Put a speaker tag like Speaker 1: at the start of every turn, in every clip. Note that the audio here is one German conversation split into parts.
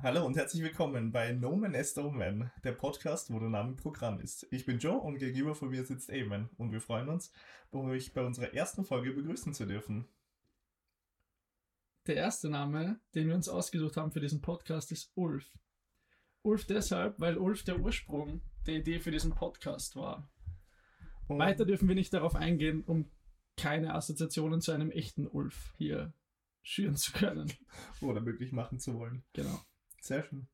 Speaker 1: Hallo und herzlich willkommen bei No Man is No Man, der Podcast, wo der Name Programm ist. Ich bin Joe und gegenüber von mir sitzt Eamon und wir freuen uns, euch bei unserer ersten Folge begrüßen zu dürfen.
Speaker 2: Der erste Name, den wir uns ausgesucht haben für diesen Podcast, ist Ulf. Ulf deshalb, weil Ulf der Ursprung der Idee für diesen Podcast war.
Speaker 1: Und
Speaker 2: Weiter dürfen wir nicht darauf eingehen, um keine Assoziationen zu einem echten Ulf hier schüren zu können.
Speaker 1: Oder möglich machen zu wollen.
Speaker 2: Genau.
Speaker 1: Sehr schön.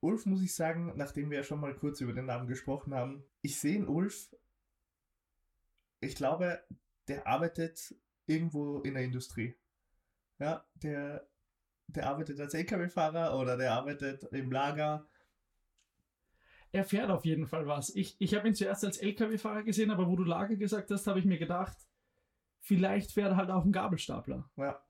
Speaker 1: Ulf muss ich sagen, nachdem wir ja schon mal kurz über den Namen gesprochen haben, ich sehe in Ulf, ich glaube, der arbeitet irgendwo in der Industrie. Ja, der, der arbeitet als LKW-Fahrer oder der arbeitet im Lager.
Speaker 2: Er fährt auf jeden Fall was. Ich, ich habe ihn zuerst als LKW-Fahrer gesehen, aber wo du Lager gesagt hast, habe ich mir gedacht, vielleicht fährt er halt auch ein Gabelstapler.
Speaker 1: Ja.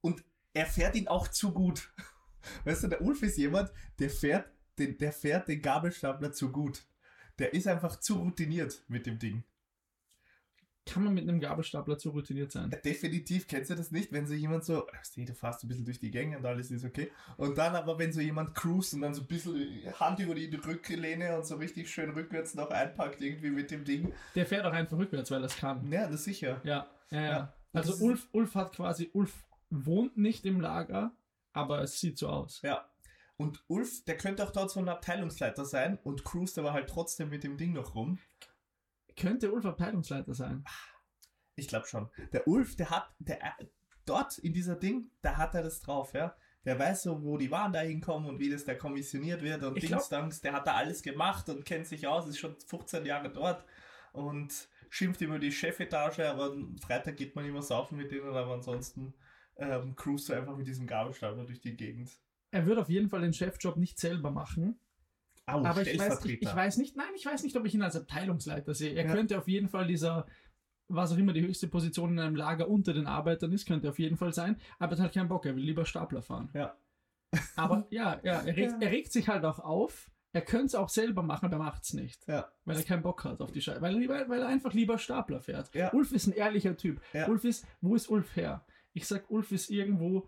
Speaker 1: Und er fährt ihn auch zu gut. Weißt du, der Ulf ist jemand, der fährt den, der fährt den Gabelstapler zu gut. Der ist einfach zu routiniert mit dem Ding.
Speaker 2: Kann man mit einem Gabelstapler zu routiniert sein?
Speaker 1: Definitiv kennst du das nicht, wenn so jemand so, weißt du, du fährst ein bisschen durch die Gänge und alles ist okay. Und dann aber, wenn so jemand cruist und dann so ein bisschen Hand über die Rücklehne und so richtig schön rückwärts noch einpackt, irgendwie mit dem Ding.
Speaker 2: Der fährt auch einfach rückwärts, weil das kann.
Speaker 1: Ja, das sicher.
Speaker 2: Ja, ja, ja.
Speaker 1: Ja. Das ist-
Speaker 2: Also Ulf, Ulf hat quasi, Ulf wohnt nicht im Lager, aber es sieht so aus.
Speaker 1: Ja. Und Ulf, der könnte auch dort so ein Abteilungsleiter sein und cruist aber halt trotzdem mit dem Ding noch rum.
Speaker 2: Könnte Ulf Abteilungsleiter sein?
Speaker 1: Ich glaube schon. Der Ulf, der hat, der, dort in dieser Ding, da hat er das drauf, ja. Der weiß so, wo die Waren da hinkommen und wie das da kommissioniert wird und
Speaker 2: Ich glaub-
Speaker 1: Dingstangs, der hat da alles gemacht und kennt sich aus, ist schon 15 Jahre dort und schimpft über die Chefetage, aber am Freitag geht man immer saufen mit denen, aber ansonsten ähm, cruist er einfach mit diesem Gabelstapler durch die Gegend.
Speaker 2: Er wird auf jeden Fall den Chefjob nicht selber machen.
Speaker 1: Au,
Speaker 2: aber ich weiß, nicht,
Speaker 1: Stellvertreter.
Speaker 2: ich weiß nicht, nein, ich weiß nicht, ob ich ihn als Abteilungsleiter sehe. Er
Speaker 1: Ja.
Speaker 2: könnte auf jeden Fall dieser, was auch immer die höchste Position in einem Lager unter den Arbeitern ist, könnte er auf jeden Fall sein. Aber er hat halt keinen Bock, er will lieber Stapler fahren.
Speaker 1: Ja.
Speaker 2: Aber ja, ja, er regt,
Speaker 1: Ja.
Speaker 2: Er regt sich halt auch auf. Er könnte es auch selber machen, aber er macht es nicht.
Speaker 1: Ja.
Speaker 2: Weil er keinen Bock hat auf die Scheiße. Weil, er- weil, weil er einfach lieber Stapler fährt.
Speaker 1: Ja.
Speaker 2: Ulf ist ein ehrlicher Typ.
Speaker 1: Ja.
Speaker 2: Ulf ist, wo ist Ulf her? Ich sag, Ulf ist irgendwo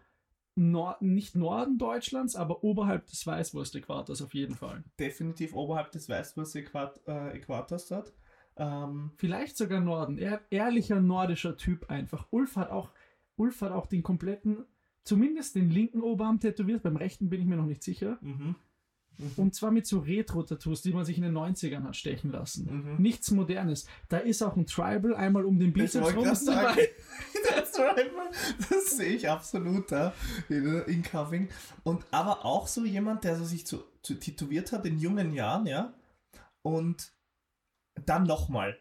Speaker 2: Nord, nicht Norden Deutschland, aber oberhalb des Weißwurst-Äquators auf jeden Fall.
Speaker 1: Definitiv oberhalb des Weißwurst-Äquators dort. Ähm,
Speaker 2: Vielleicht sogar Norden. Er ehrlicher nordischer Typ einfach. Ulf hat auch, Ulf hat auch den kompletten, zumindest den linken Oberarm tätowiert, beim rechten bin ich mir noch nicht sicher.
Speaker 1: mhm.
Speaker 2: Und zwar mit so Retro-Tattoos, die man sich in den 90ern hat stechen lassen.
Speaker 1: Mhm.
Speaker 2: Nichts Modernes. Da ist auch ein Tribal einmal um den
Speaker 1: Ich
Speaker 2: Bizeps
Speaker 1: wollte
Speaker 2: rum.
Speaker 1: gerade
Speaker 2: ist dabei.
Speaker 1: sagen, das, Driver, das sehe ich absolut da in, in Coving. Und aber auch so jemand, der so sich zu, zu tätowiert hat in jungen Jahren, ja. Und dann nochmal.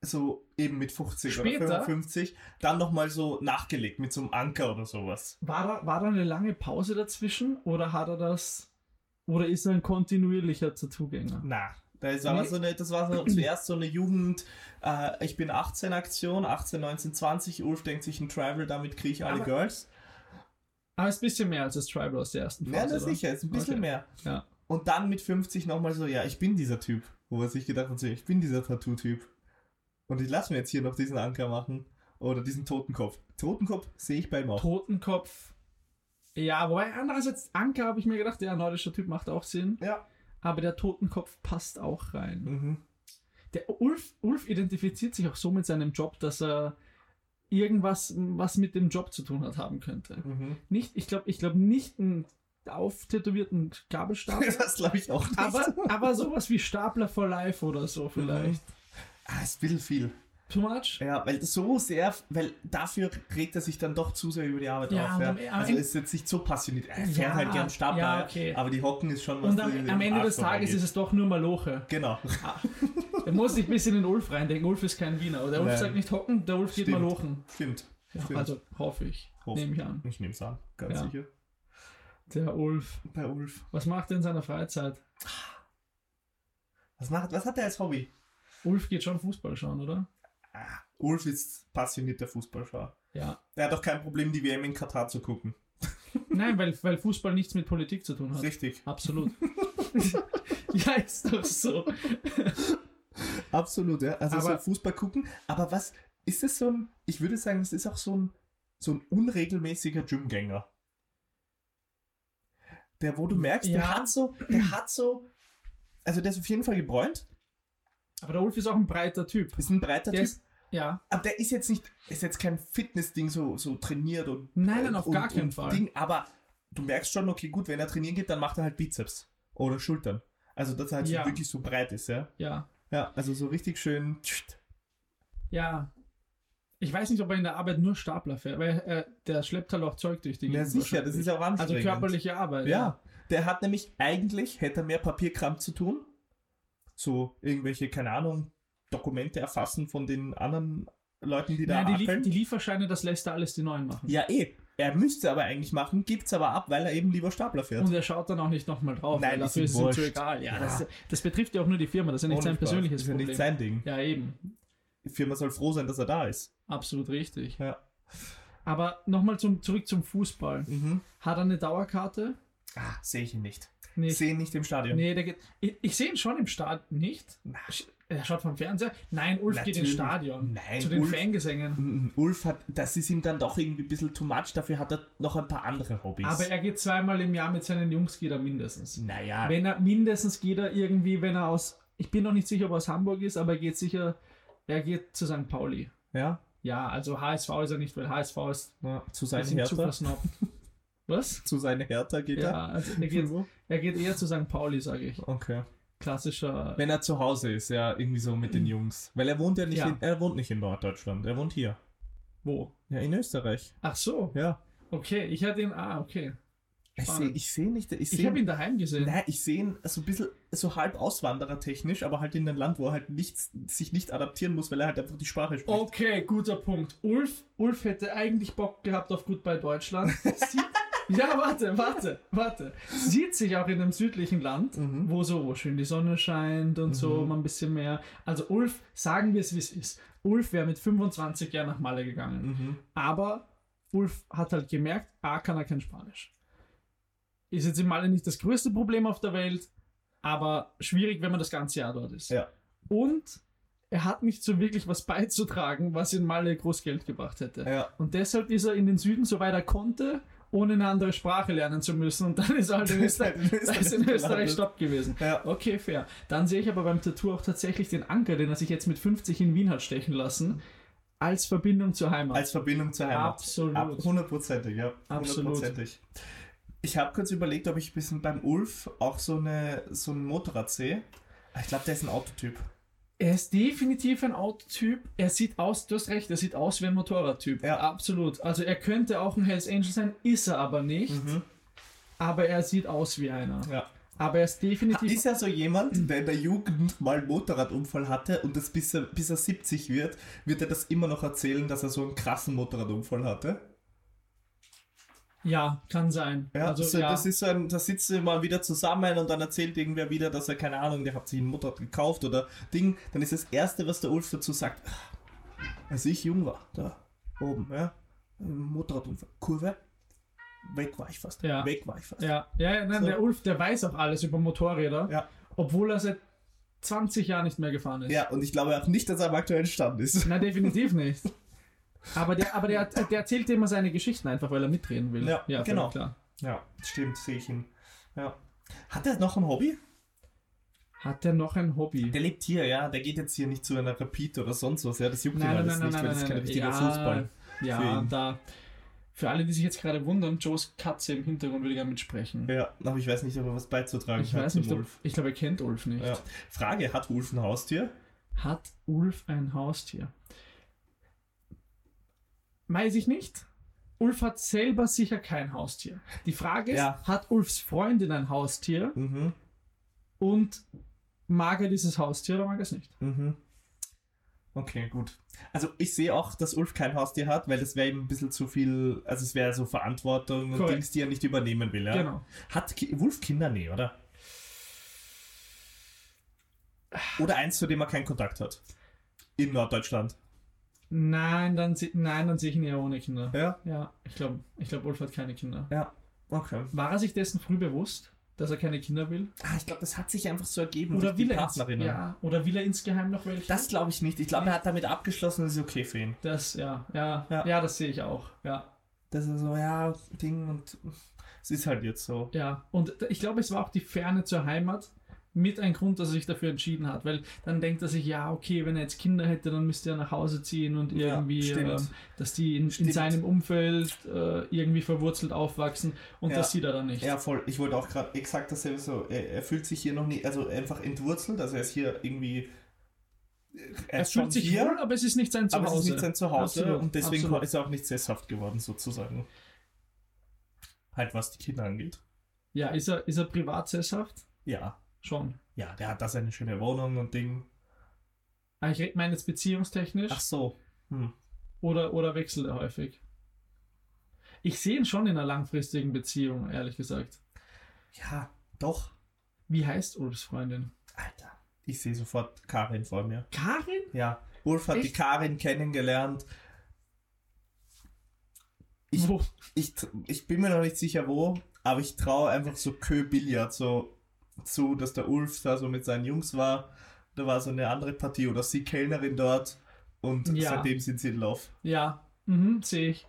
Speaker 1: So eben mit 50
Speaker 2: Später?
Speaker 1: oder 55. Dann nochmal so nachgelegt mit so einem Anker oder sowas.
Speaker 2: War da, war da eine lange Pause dazwischen oder hat er das oder ist er ein kontinuierlicher Tattoo-Gänger?
Speaker 1: Na. Das war,
Speaker 2: Nee.
Speaker 1: so eine, das war so zuerst so eine Jugend, äh, ich bin 18 Aktion, 18, 19, 20, Ulf denkt sich ein Travel, damit kriege ich alle
Speaker 2: Aber-
Speaker 1: Girls.
Speaker 2: Aber Ah, ist ein bisschen mehr als das Tribal aus der ersten Phase.
Speaker 1: Ja, das
Speaker 2: oder?
Speaker 1: sicher, ist ein bisschen
Speaker 2: Okay.
Speaker 1: mehr.
Speaker 2: Ja.
Speaker 1: Und dann mit 50 nochmal so, ja, ich bin dieser Typ. Wo man sich gedacht hat, so, ich bin dieser Tattoo-Typ. Und ich lasse mir jetzt hier noch diesen Anker machen. Oder diesen Totenkopf. Totenkopf sehe ich bei ihm auch.
Speaker 2: Totenkopf. Ja, wobei andererseits Anker habe ich mir gedacht, der nordische Typ macht auch Sinn.
Speaker 1: Ja.
Speaker 2: Aber der Totenkopf passt auch rein.
Speaker 1: Mhm.
Speaker 2: Der Ulf, Ulf identifiziert sich auch so mit seinem Job, dass er irgendwas, was mit dem Job zu tun hat, haben könnte.
Speaker 1: Mhm.
Speaker 2: Nicht, ich glaube, ich glaube nicht einen auftätowierten Gabelstab.
Speaker 1: Das glaube ich auch nicht. Mhm.
Speaker 2: aber, aber sowas wie Stapler for Life oder so vielleicht.
Speaker 1: ah, ist ein bisschen viel.
Speaker 2: Too much?
Speaker 1: Ja, weil das so sehr, weil dafür regt er sich dann doch zu sehr über die Arbeit
Speaker 2: Ja,
Speaker 1: auf.
Speaker 2: am-
Speaker 1: Ja.
Speaker 2: am
Speaker 1: Also
Speaker 2: Ende-
Speaker 1: ist jetzt nicht so passioniert. Er fährt
Speaker 2: Ja,
Speaker 1: halt gern Stab
Speaker 2: ja,
Speaker 1: da,
Speaker 2: okay.
Speaker 1: aber die Hocken ist schon was.
Speaker 2: Und am,
Speaker 1: die-
Speaker 2: am Ende des
Speaker 1: Ach, vorbei
Speaker 2: Tages
Speaker 1: geht.
Speaker 2: ist es doch nur Maloche.
Speaker 1: Genau.
Speaker 2: Da muss ich ein bisschen in Ulf reindenken. Ulf ist kein Wiener. Der Ulf
Speaker 1: Nein.
Speaker 2: sagt nicht hocken, der Ulf geht
Speaker 1: Stimmt.
Speaker 2: Malochen.
Speaker 1: Stimmt.
Speaker 2: Ja,
Speaker 1: Stimmt.
Speaker 2: also hoffe ich.
Speaker 1: Hoff-
Speaker 2: Nehme ich an.
Speaker 1: Ich nehme es an, ganz
Speaker 2: Ja.
Speaker 1: sicher.
Speaker 2: Der Ulf.
Speaker 1: Bei Ulf.
Speaker 2: Was macht er in seiner Freizeit?
Speaker 1: Was, macht, was hat er als Hobby?
Speaker 2: Ulf geht schon Fußball schauen, oder?
Speaker 1: Ah, Ulf ist passionierter Fußballschauer.
Speaker 2: Ja.
Speaker 1: Er hat auch kein Problem, die WM in Katar zu gucken.
Speaker 2: Nein, weil, weil Fußball nichts mit Politik zu tun hat.
Speaker 1: Richtig.
Speaker 2: Absolut. ja, ist doch so.
Speaker 1: Absolut, ja. Also so
Speaker 2: Aber-
Speaker 1: Fußball gucken. Aber was, ist das so ein, ich würde sagen, das ist auch so ein, so ein unregelmäßiger Gymgänger. Der, wo du merkst, der
Speaker 2: Ja.
Speaker 1: hat so, der hat so, also der ist auf jeden Fall gebräunt,
Speaker 2: Aber der Ulf ist auch ein breiter Typ.
Speaker 1: ist ein breiter
Speaker 2: Der
Speaker 1: Typ,
Speaker 2: ist, ja,
Speaker 1: aber der ist jetzt nicht, ist jetzt kein Fitness-Ding so, so trainiert und.
Speaker 2: Nein, nein,
Speaker 1: äh,
Speaker 2: auf
Speaker 1: und,
Speaker 2: gar keinen
Speaker 1: und
Speaker 2: Fall.
Speaker 1: Ding, aber du merkst schon, okay, gut, wenn er trainieren geht, dann macht er halt Bizeps oder Schultern. Also, dass er halt
Speaker 2: Ja.
Speaker 1: so wirklich so breit ist, ja.
Speaker 2: ja,
Speaker 1: Ja, also so richtig schön. tscht.
Speaker 2: ja. Ich weiß nicht, ob er in der Arbeit nur Stapler fährt, weil äh, der schleppt halt auch Zeug durch die
Speaker 1: Ja, sicher, das
Speaker 2: wahrscheinlich.
Speaker 1: ist auch
Speaker 2: Also
Speaker 1: anstrengend.
Speaker 2: körperliche Arbeit.
Speaker 1: Ja, der hat nämlich eigentlich, hätte er mehr Papierkram zu tun. So irgendwelche, keine Ahnung, Dokumente erfassen von den anderen Leuten, die da
Speaker 2: Nein, die, Lie
Speaker 1: abhängen.
Speaker 2: die Lieferscheine, das lässt er alles die neuen machen.
Speaker 1: Ja, eh. Er müsste aber eigentlich machen, gibt's aber ab, weil er eben lieber Stapler fährt.
Speaker 2: Und er schaut dann auch nicht nochmal drauf.
Speaker 1: Nein,
Speaker 2: weil
Speaker 1: ist
Speaker 2: dafür
Speaker 1: ihm
Speaker 2: ist es ihm
Speaker 1: wurscht.
Speaker 2: zu egal. Ja,
Speaker 1: Ja.
Speaker 2: Das, das betrifft ja auch nur die Firma, das ist ja nicht
Speaker 1: Ohne
Speaker 2: sein
Speaker 1: Spaß.
Speaker 2: persönliches
Speaker 1: ist ja
Speaker 2: Problem.
Speaker 1: nicht sein Ding.
Speaker 2: ja, eben.
Speaker 1: Die Firma soll froh sein, dass er da ist.
Speaker 2: Absolut richtig.
Speaker 1: Ja.
Speaker 2: Aber nochmal zum, zurück zum Fußball.
Speaker 1: Mhm.
Speaker 2: Hat er eine Dauerkarte?
Speaker 1: Ah, sehe ich ihn nicht.
Speaker 2: Nee,
Speaker 1: Sehe ihn nicht im Stadion.
Speaker 2: nee der geht. Ich, ich sehe ihn schon im Stadion. Nicht?
Speaker 1: Na.
Speaker 2: Sch- Er schaut vom Fernseher. Nein, Ulf geht
Speaker 1: Natürlich.
Speaker 2: ins Stadion.
Speaker 1: Nein,
Speaker 2: zu den
Speaker 1: Ulf-
Speaker 2: Fangesängen.
Speaker 1: Mhm, Ulf hat, das ist ihm dann doch irgendwie ein bisschen too much, dafür hat er noch ein paar andere Hobbys.
Speaker 2: Aber er geht zweimal im Jahr mit seinen Jungs, geht er mindestens.
Speaker 1: naja,
Speaker 2: Wenn er mindestens geht er irgendwie, wenn er aus, ich bin noch nicht sicher, ob er aus Hamburg ist, aber er geht sicher, er geht zu St. Pauli.
Speaker 1: ja,
Speaker 2: Ja, also HSV ist er nicht, weil HSV ist
Speaker 1: na, zu
Speaker 2: wir
Speaker 1: seiner
Speaker 2: sind zu
Speaker 1: Hertha.
Speaker 2: versnobbt. Was?
Speaker 1: Zu seiner Hertha geht
Speaker 2: Ja, also er
Speaker 1: er.
Speaker 2: geht, er geht eher zu St. Pauli, sage ich.
Speaker 1: Okay.
Speaker 2: Klassischer.
Speaker 1: Wenn er zu Hause ist, ja, irgendwie so mit den Jungs. Weil er wohnt ja nicht,
Speaker 2: Ja.
Speaker 1: In, er wohnt nicht in Norddeutschland, er wohnt hier.
Speaker 2: Wo?
Speaker 1: Ja, in Österreich.
Speaker 2: Ach so,
Speaker 1: Ja.
Speaker 2: okay. Ich hatte ihn. Ah, okay.
Speaker 1: Ich sehe
Speaker 2: Spannend.
Speaker 1: ich seh nicht, ich
Speaker 2: Ich
Speaker 1: sehe
Speaker 2: habe ihn daheim gesehen.
Speaker 1: Nein, ich sehe ihn so ein bisschen so halb auswanderertechnisch, aber halt in einem Land, wo er halt nichts, sich nicht adaptieren muss, weil er halt einfach die Sprache spricht.
Speaker 2: Okay, guter Punkt. Ulf, Ulf hätte eigentlich Bock gehabt auf Goodbye Deutschland. Sieht, ja, warte, warte, warte. Sieht sich auch in einem südlichen Land,
Speaker 1: Mhm.
Speaker 2: wo so wo schön die Sonne scheint und so
Speaker 1: Mhm.
Speaker 2: mal ein bisschen mehr. Also Ulf, sagen wir es, wie es ist. Ulf wäre mit 25 Jahren nach Malle gegangen.
Speaker 1: Mhm.
Speaker 2: Aber Ulf hat halt gemerkt, A, kann er kein Spanisch. Ist jetzt in Malle nicht das größte Problem auf der Welt, aber schwierig, wenn man das ganze Jahr dort ist.
Speaker 1: Ja.
Speaker 2: Und er hat nicht so wirklich was beizutragen, was in Malle Großgeld gebracht hätte.
Speaker 1: Ja.
Speaker 2: Und deshalb ist er in den Süden, soweit er konnte, ohne eine andere Sprache lernen zu müssen. Und dann ist er halt in Österreich,
Speaker 1: In Österreich
Speaker 2: dann ist in
Speaker 1: gelandet.
Speaker 2: Österreich Stopp gewesen.
Speaker 1: Ja.
Speaker 2: Okay, fair. Dann sehe ich aber beim Tattoo auch tatsächlich den Anker, den er sich jetzt mit 50 in Wien hat stechen lassen, als Verbindung zur Heimat.
Speaker 1: Als Verbindung zur Heimat.
Speaker 2: Absolut.
Speaker 1: Ab- Hundertprozentig, ja.
Speaker 2: Absolut.
Speaker 1: Hundertprozentig. Ich habe kurz überlegt, ob ich ein bisschen beim Ulf auch so, eine, so ein Motorrad sehe. Ah, Ich glaube, der ist ein Autotyp.
Speaker 2: Er ist definitiv ein Autotyp. Er sieht aus, du hast recht, er sieht aus wie ein Motorradtyp.
Speaker 1: Ja.
Speaker 2: Absolut. Also er könnte auch ein Hells Angel sein, ist er aber nicht. Aber er sieht aus wie einer.
Speaker 1: Mhm. Ja.
Speaker 2: Aber er ist definitiv.
Speaker 1: Ist ja so jemand, der in der Jugend mal einen Motorradunfall hatte und das bis er, bis er 70 wird, wird er das immer noch erzählen, dass er so einen krassen Motorradunfall hatte?
Speaker 2: ja, kann sein.
Speaker 1: Ja,
Speaker 2: also,
Speaker 1: so,
Speaker 2: ja.
Speaker 1: das ist so ein, da sitzen wir mal wieder zusammen und dann erzählt irgendwer wieder, dass er, keine Ahnung, der hat sich ein Motorrad gekauft oder Ding. Dann ist das Erste, was der Ulf dazu sagt, als ich jung war, da oben, ja, Motorradunfall, Kurve, weg war ich fast,
Speaker 2: Ja.
Speaker 1: weg war ich fast.
Speaker 2: ja, ja, ja nein,
Speaker 1: So.
Speaker 2: der Ulf, der weiß auch alles über Motorräder,
Speaker 1: Ja.
Speaker 2: obwohl er seit 20 Jahren nicht mehr gefahren ist.
Speaker 1: Ja, und ich glaube auch nicht, dass er am aktuellen Stand ist.
Speaker 2: Na, definitiv nicht. Aber der, aber der, der erzählt dir immer seine Geschichten einfach, weil er mitreden will.
Speaker 1: Ja,
Speaker 2: ja
Speaker 1: genau.
Speaker 2: völlig Klar.
Speaker 1: Ja, stimmt, sehe ich ihn. Ja. Hat er noch ein Hobby?
Speaker 2: Hat er noch ein Hobby?
Speaker 1: Der lebt hier, ja, der geht jetzt hier nicht zu einer Rapid oder sonst was, ja, das juckt ihn alles nicht, weil das ist kein richtiger Fußball.
Speaker 2: Ja,
Speaker 1: für ihn.
Speaker 2: da. Für alle, die sich jetzt gerade wundern, Joes Katze im Hintergrund will gerne mitsprechen.
Speaker 1: Ja, aber ich weiß nicht, ob er was beizutragen
Speaker 2: ich
Speaker 1: hat
Speaker 2: weiß
Speaker 1: zum
Speaker 2: nicht, ob,
Speaker 1: Ulf.
Speaker 2: ich glaube, er kennt Ulf nicht.
Speaker 1: Ja. Frage, hat Ulf ein Haustier?
Speaker 2: Hat Ulf ein Haustier? Weiß ich nicht. Ulf hat selber sicher kein Haustier. Die Frage ist,
Speaker 1: Ja.
Speaker 2: hat Ulfs Freundin ein Haustier
Speaker 1: Mhm,
Speaker 2: und mag er dieses Haustier oder mag er es nicht?
Speaker 1: mhm. Okay, gut. Also ich sehe auch, dass Ulf kein Haustier hat, weil das wäre ihm ein bisschen zu viel, also es wäre so Verantwortung und
Speaker 2: Korrekt.
Speaker 1: Dings, die er nicht übernehmen will, ja?
Speaker 2: Genau.
Speaker 1: Hat Ki Ulf Kinder? Nee, oder? Oder eins, zu dem er keinen Kontakt hat. In Norddeutschland.
Speaker 2: Nein, dann, se- nein, dann sehe ich ihn eher ohne Kinder.
Speaker 1: Ja.
Speaker 2: Ja, ich glaube, ich glaub, Ulf hat keine Kinder.
Speaker 1: Okay.
Speaker 2: War er sich dessen früh bewusst, dass er keine Kinder will?
Speaker 1: Ah, ich glaube, das hat sich einfach so ergeben.
Speaker 2: Oder
Speaker 1: durch die
Speaker 2: will, er ins,
Speaker 1: Partnerinnen.
Speaker 2: ja, oder will er insgeheim noch welche?
Speaker 1: Das glaube ich nicht. Ich glaube, er hat damit abgeschlossen, das ist okay für ihn.
Speaker 2: Das, ja, ja,
Speaker 1: Ja.
Speaker 2: ja, das sehe ich auch. Ja.
Speaker 1: dass er so, ja, Ding und es ist halt jetzt so.
Speaker 2: Ja, und ich glaube, es war auch die Ferne zur Heimat mit ein Grund, dass er sich dafür entschieden hat, weil dann denkt er sich, ja, okay, wenn er jetzt Kinder hätte, dann müsste er nach Hause ziehen und
Speaker 1: Ja,
Speaker 2: irgendwie,
Speaker 1: stimmt.
Speaker 2: ähm, dass die in, in
Speaker 1: Stimmt.
Speaker 2: seinem Umfeld äh, irgendwie verwurzelt aufwachsen und
Speaker 1: Ja.
Speaker 2: das sieht er dann nicht.
Speaker 1: Ja, voll. Ich wollte auch gerade exakt dasselbe so. Er, er fühlt sich hier noch nie, also einfach entwurzelt, also er ist hier irgendwie. äh,
Speaker 2: er fühlt sich wohl, aber es ist nicht sein
Speaker 1: aber
Speaker 2: Zuhause.
Speaker 1: es ist nicht sein Zuhause
Speaker 2: Absolut,
Speaker 1: und deswegen
Speaker 2: absolut.
Speaker 1: ist er auch nicht sesshaft geworden, sozusagen. Halt, was die Kinder angeht.
Speaker 2: ja, ist er, ist er privat sesshaft?
Speaker 1: Ja.
Speaker 2: Schon.
Speaker 1: Ja, der hat da seine schöne Wohnung und Ding.
Speaker 2: Ah, Ich re- meine jetzt beziehungstechnisch
Speaker 1: Ach so. Hm.
Speaker 2: oder, oder wechselt er häufig? Ich sehe ihn schon in einer langfristigen Beziehung, ehrlich gesagt.
Speaker 1: Ja, doch.
Speaker 2: Wie heißt Ulfs Freundin?
Speaker 1: Alter. Ich sehe sofort Karin vor mir.
Speaker 2: Karin?
Speaker 1: Ja. Ulf hat die
Speaker 2: Echt?
Speaker 1: Karin kennengelernt. Ich-
Speaker 2: Wo?
Speaker 1: Ich, tr- ich bin mir noch nicht sicher wo, aber ich traue einfach so Kö Billard so zu, dass der Ulf da so mit seinen Jungs war. Da war so eine andere Partie oder sie Kellnerin dort und
Speaker 2: Ja.
Speaker 1: seitdem sind sie in Love.
Speaker 2: Ja, mhm, sehe ich.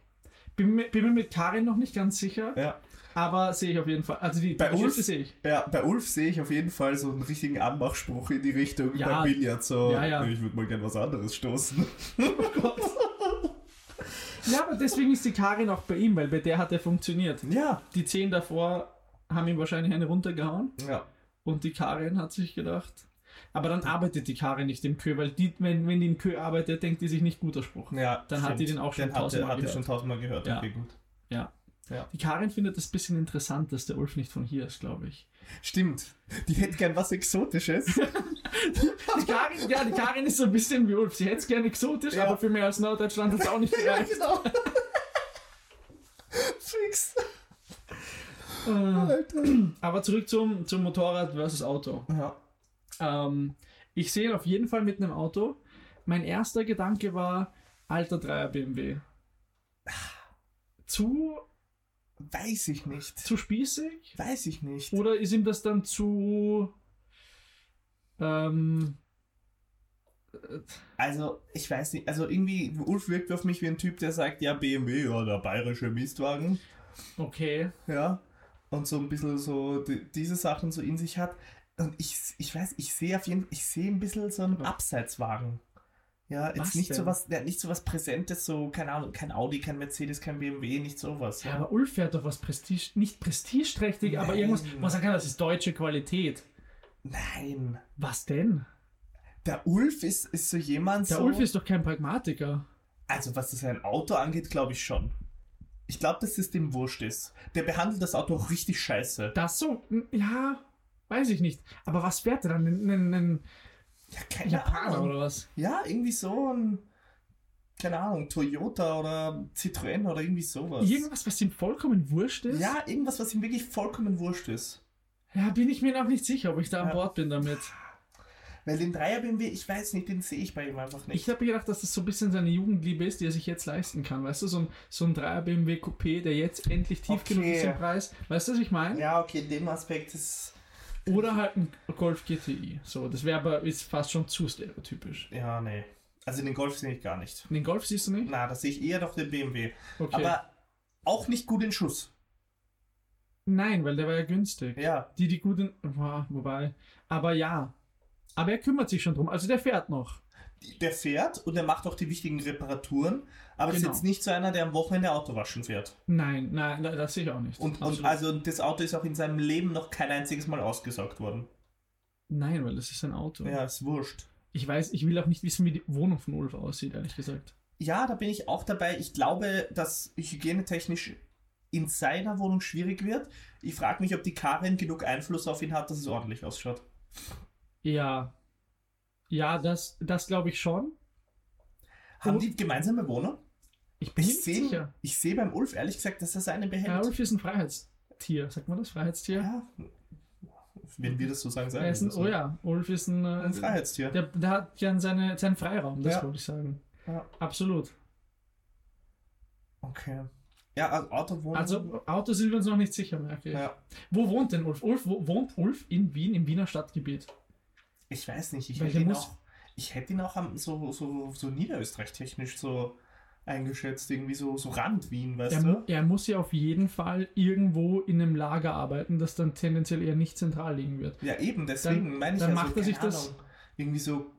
Speaker 2: Bin mir, bin mir mit Karin noch nicht ganz sicher,
Speaker 1: Ja.
Speaker 2: aber sehe ich auf jeden Fall. Also die
Speaker 1: Bei
Speaker 2: die
Speaker 1: Ulf?
Speaker 2: Geschichte sehe ich.
Speaker 1: Ja, bei Ulf sehe ich auf jeden Fall so einen richtigen Anmachspruch in die Richtung
Speaker 2: Ja.
Speaker 1: beim Billard. So,
Speaker 2: Ja, ja.
Speaker 1: ich würde mal gern was anderes stoßen.
Speaker 2: Ja, aber deswegen ist die Karin auch bei ihm, weil bei der hat er funktioniert.
Speaker 1: ja.
Speaker 2: Die zehn davor haben ihm wahrscheinlich eine runtergehauen
Speaker 1: Ja.
Speaker 2: und die Karin hat sich gedacht. Aber dann arbeitet die Karin nicht im Kö, weil die, wenn, wenn die im Kö arbeitet, denkt die sich nicht guter Spruch.
Speaker 1: ja
Speaker 2: Dann hat die den auch schon
Speaker 1: den hatte,
Speaker 2: tausendmal
Speaker 1: hatte
Speaker 2: gehört.
Speaker 1: schon tausendmal gehört.
Speaker 2: Ja.
Speaker 1: Okay, gut.
Speaker 2: Die Karin findet es ein bisschen interessant, dass der Ulf nicht von hier ist, glaube ich.
Speaker 1: Stimmt. Die hätte gern was Exotisches.
Speaker 2: Die Karin, ja, die Karin ist so ein bisschen wie Ulf. Sie hätte es gerne exotisch,
Speaker 1: Ja.
Speaker 2: aber für mehr als Norddeutschland hat es auch nicht gereicht.
Speaker 1: genau. Fix.
Speaker 2: Äh,
Speaker 1: Alter.
Speaker 2: Aber zurück zum, zum Motorrad versus Auto.
Speaker 1: Ja.
Speaker 2: Ähm, ich sehe ihn auf jeden Fall mit einem Auto. Mein erster Gedanke war, alter Dreier BMW. Zu,
Speaker 1: Weiß ich nicht.
Speaker 2: zu spießig?
Speaker 1: Weiß ich nicht.
Speaker 2: Oder ist ihm das dann zu... Ähm, äh,
Speaker 1: Also, ich weiß nicht. Also, irgendwie, Ulf wirkt auf mich wie ein Typ, der sagt: Ja, BMW oder bayerische Mistwagen.
Speaker 2: okay.
Speaker 1: Ja. Und so ein bisschen so di- diese Sachen so in sich hat. Und ich, ich weiß, ich sehe auf jeden Fall, ich sehe ein bisschen so einen
Speaker 2: Aber-
Speaker 1: Abseitswagen. Ja, jetzt
Speaker 2: Was
Speaker 1: nicht so
Speaker 2: denn?
Speaker 1: was, ja, nicht so was Präsentes, so, keine Ahnung, kein Audi, kein Mercedes, kein BMW, nicht sowas.
Speaker 2: Ja, aber Ulf fährt doch was Prestige... Nicht prestigeträchtig, aber irgendwas...
Speaker 1: Nein.
Speaker 2: Man sagt ja, das ist deutsche Qualität.
Speaker 1: Nein.
Speaker 2: Was denn?
Speaker 1: Der Ulf ist, ist so jemand
Speaker 2: Der
Speaker 1: so.
Speaker 2: Ulf ist doch kein Pragmatiker.
Speaker 1: Also was das ein Auto angeht, glaube ich schon. Ich glaube, dass es dem wurscht ist. Der behandelt das Auto auch richtig scheiße.
Speaker 2: Das so... Ja, weiß ich nicht. Aber was fährt er dann? Einen- einen- einen-
Speaker 1: Ja, keine
Speaker 2: Japaner
Speaker 1: Ahnung.
Speaker 2: oder was?
Speaker 1: Ja, irgendwie so ein, keine Ahnung, Toyota oder Citroën oder irgendwie sowas.
Speaker 2: Irgendwas, was ihm vollkommen wurscht ist?
Speaker 1: ja, irgendwas, was ihm wirklich vollkommen wurscht ist.
Speaker 2: Ja, bin ich mir noch nicht sicher, ob ich da an
Speaker 1: Ja.
Speaker 2: Bord bin damit.
Speaker 1: Weil den Dreier BMW, ich weiß nicht, den sehe ich bei ihm einfach nicht.
Speaker 2: Ich habe gedacht, dass das so ein bisschen seine Jugendliebe ist, die er sich jetzt leisten kann. Weißt du, so ein, so ein 3er BMW Coupé, der jetzt endlich tief
Speaker 1: Okay.
Speaker 2: genug ist im Preis. Weißt du, was ich meine?
Speaker 1: ja, okay, in dem Aspekt ist,
Speaker 2: Oder halt ein Golf GTI. So, das wäre aber ist fast schon zu stereotypisch.
Speaker 1: ja, nee. Also den Golf sehe ich gar nicht.
Speaker 2: Den Golf siehst du nicht?
Speaker 1: Na, das sehe ich eher doch den BMW.
Speaker 2: Okay.
Speaker 1: Aber auch nicht gut in Schuss.
Speaker 2: Nein, weil der war ja günstig.
Speaker 1: Ja,
Speaker 2: Die, die guten. Boah, wobei. Aber ja. Aber er kümmert sich schon drum. Also der fährt noch.
Speaker 1: der fährt und der macht auch die wichtigen Reparaturen, aber es
Speaker 2: Genau.
Speaker 1: ist jetzt nicht so einer, der am Wochenende Auto waschen fährt.
Speaker 2: Nein, nein, nein, das sehe ich auch nicht.
Speaker 1: Und, und
Speaker 2: Absolut.
Speaker 1: also das Auto ist auch in seinem Leben noch kein einziges Mal ausgesaugt worden.
Speaker 2: nein, weil das ist ein Auto.
Speaker 1: Ja, ist wurscht.
Speaker 2: Ich weiß, ich will auch nicht wissen, wie die Wohnung von Ulf aussieht, ehrlich gesagt.
Speaker 1: Ja, da bin ich auch dabei. Ich glaube, dass hygienetechnisch in seiner Wohnung schwierig wird. Ich frage mich, ob die Karin genug Einfluss auf ihn hat, dass es ordentlich ausschaut.
Speaker 2: Ja. Ja, das, das glaube ich schon.
Speaker 1: Haben
Speaker 2: Oh.
Speaker 1: die gemeinsame Wohnung?
Speaker 2: Ich bin mir
Speaker 1: Ich
Speaker 2: nicht
Speaker 1: sehe
Speaker 2: sicher.
Speaker 1: ich seh beim Ulf ehrlich gesagt, dass er seine
Speaker 2: Ja,
Speaker 1: behält.
Speaker 2: Ulf ist ein Freiheitstier. Sagt man das? Freiheitstier?
Speaker 1: Ja. Wenn wir das so sagen, sagen
Speaker 2: er ist ein,
Speaker 1: das
Speaker 2: oh ja, Ulf ist ein. Äh,
Speaker 1: Ein Freiheitstier.
Speaker 2: Der, der hat gern seine, seinen Freiraum, das
Speaker 1: Ja.
Speaker 2: wollte ich sagen.
Speaker 1: Ja.
Speaker 2: Absolut.
Speaker 1: Okay. Ja, also Autowohnung.
Speaker 2: Also, Autos sind wir uns noch nicht sicher, merke ich.
Speaker 1: Ja.
Speaker 2: Wo wohnt denn Ulf? Ulf wo, wohnt Ulf in Wien, im Wiener Stadtgebiet.
Speaker 1: Ich weiß nicht, ich
Speaker 2: Weil
Speaker 1: hätte
Speaker 2: der
Speaker 1: ihn
Speaker 2: muss-
Speaker 1: auch. Ich hätte ihn auch am, so, so, so niederösterreich-technisch so eingeschätzt, irgendwie so, so Rand Wien, weißt
Speaker 2: Er, mu-
Speaker 1: du?
Speaker 2: er muss ja auf jeden Fall irgendwo in einem Lager arbeiten, das dann tendenziell eher nicht zentral liegen wird.
Speaker 1: Ja, eben, deswegen meine ich
Speaker 2: dann
Speaker 1: ja
Speaker 2: macht
Speaker 1: so,
Speaker 2: er sich
Speaker 1: keine
Speaker 2: das-
Speaker 1: Ahnung, irgendwie so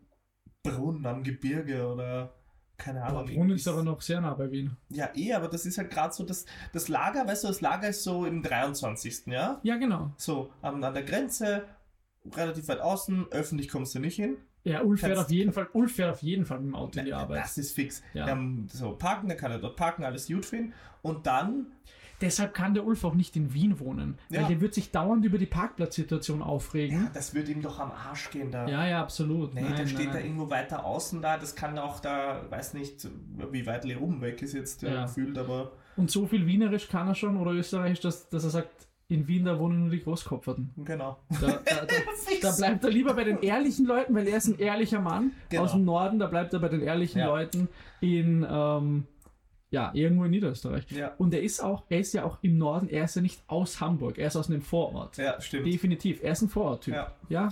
Speaker 1: Brunnen am Gebirge oder keine Ahnung.
Speaker 2: Aber Brunn ist
Speaker 1: irgendwie-
Speaker 2: aber noch sehr nah bei Wien.
Speaker 1: Ja, eh, aber das ist halt gerade so das, das Lager, weißt du, das Lager ist so im 23. Ja?
Speaker 2: Ja, genau.
Speaker 1: So, an, an der Grenze, relativ weit außen, öffentlich kommst du nicht hin.
Speaker 2: Ja, Ulf fährt
Speaker 1: Kannst-
Speaker 2: auf jeden Fall, Ulf fährt auf jeden Fall mit dem Auto in die
Speaker 1: Na,
Speaker 2: Arbeit.
Speaker 1: Das ist fix.
Speaker 2: Ja.
Speaker 1: Dann Ähm, so parken, dann kann er dort parken, alles gut finden. Und dann,
Speaker 2: Deshalb kann der Ulf auch nicht in Wien wohnen.
Speaker 1: Ja.
Speaker 2: Weil der wird sich dauernd über die Parkplatzsituation aufregen.
Speaker 1: ja, das wird ihm doch am Arsch gehen da.
Speaker 2: Ja, ja, absolut.
Speaker 1: Nee,
Speaker 2: nein,
Speaker 1: der steht da
Speaker 2: nein.
Speaker 1: irgendwo weiter außen da. Das kann auch da, weiß nicht, wie weit Lerum weg ist jetzt äh,
Speaker 2: Ja.
Speaker 1: gefühlt, aber
Speaker 2: Und so viel Wienerisch kann er schon oder Österreichisch, dass, dass er sagt, in Wien, da wohnen nur die Großkopferten.
Speaker 1: genau.
Speaker 2: Da, da, da,
Speaker 1: Fix.
Speaker 2: da bleibt er lieber bei den ehrlichen Leuten, weil er ist ein ehrlicher Mann
Speaker 1: Genau.
Speaker 2: aus dem Norden. Da bleibt er bei den ehrlichen
Speaker 1: Ja.
Speaker 2: Leuten in, ähm, ja, irgendwo in Niederösterreich.
Speaker 1: ja.
Speaker 2: Und er ist auch, er ist ja auch im Norden, er ist ja nicht aus Hamburg, er ist aus einem Vorort.
Speaker 1: ja, stimmt.
Speaker 2: Definitiv, er ist ein Vororttyp.
Speaker 1: Ja.
Speaker 2: ja,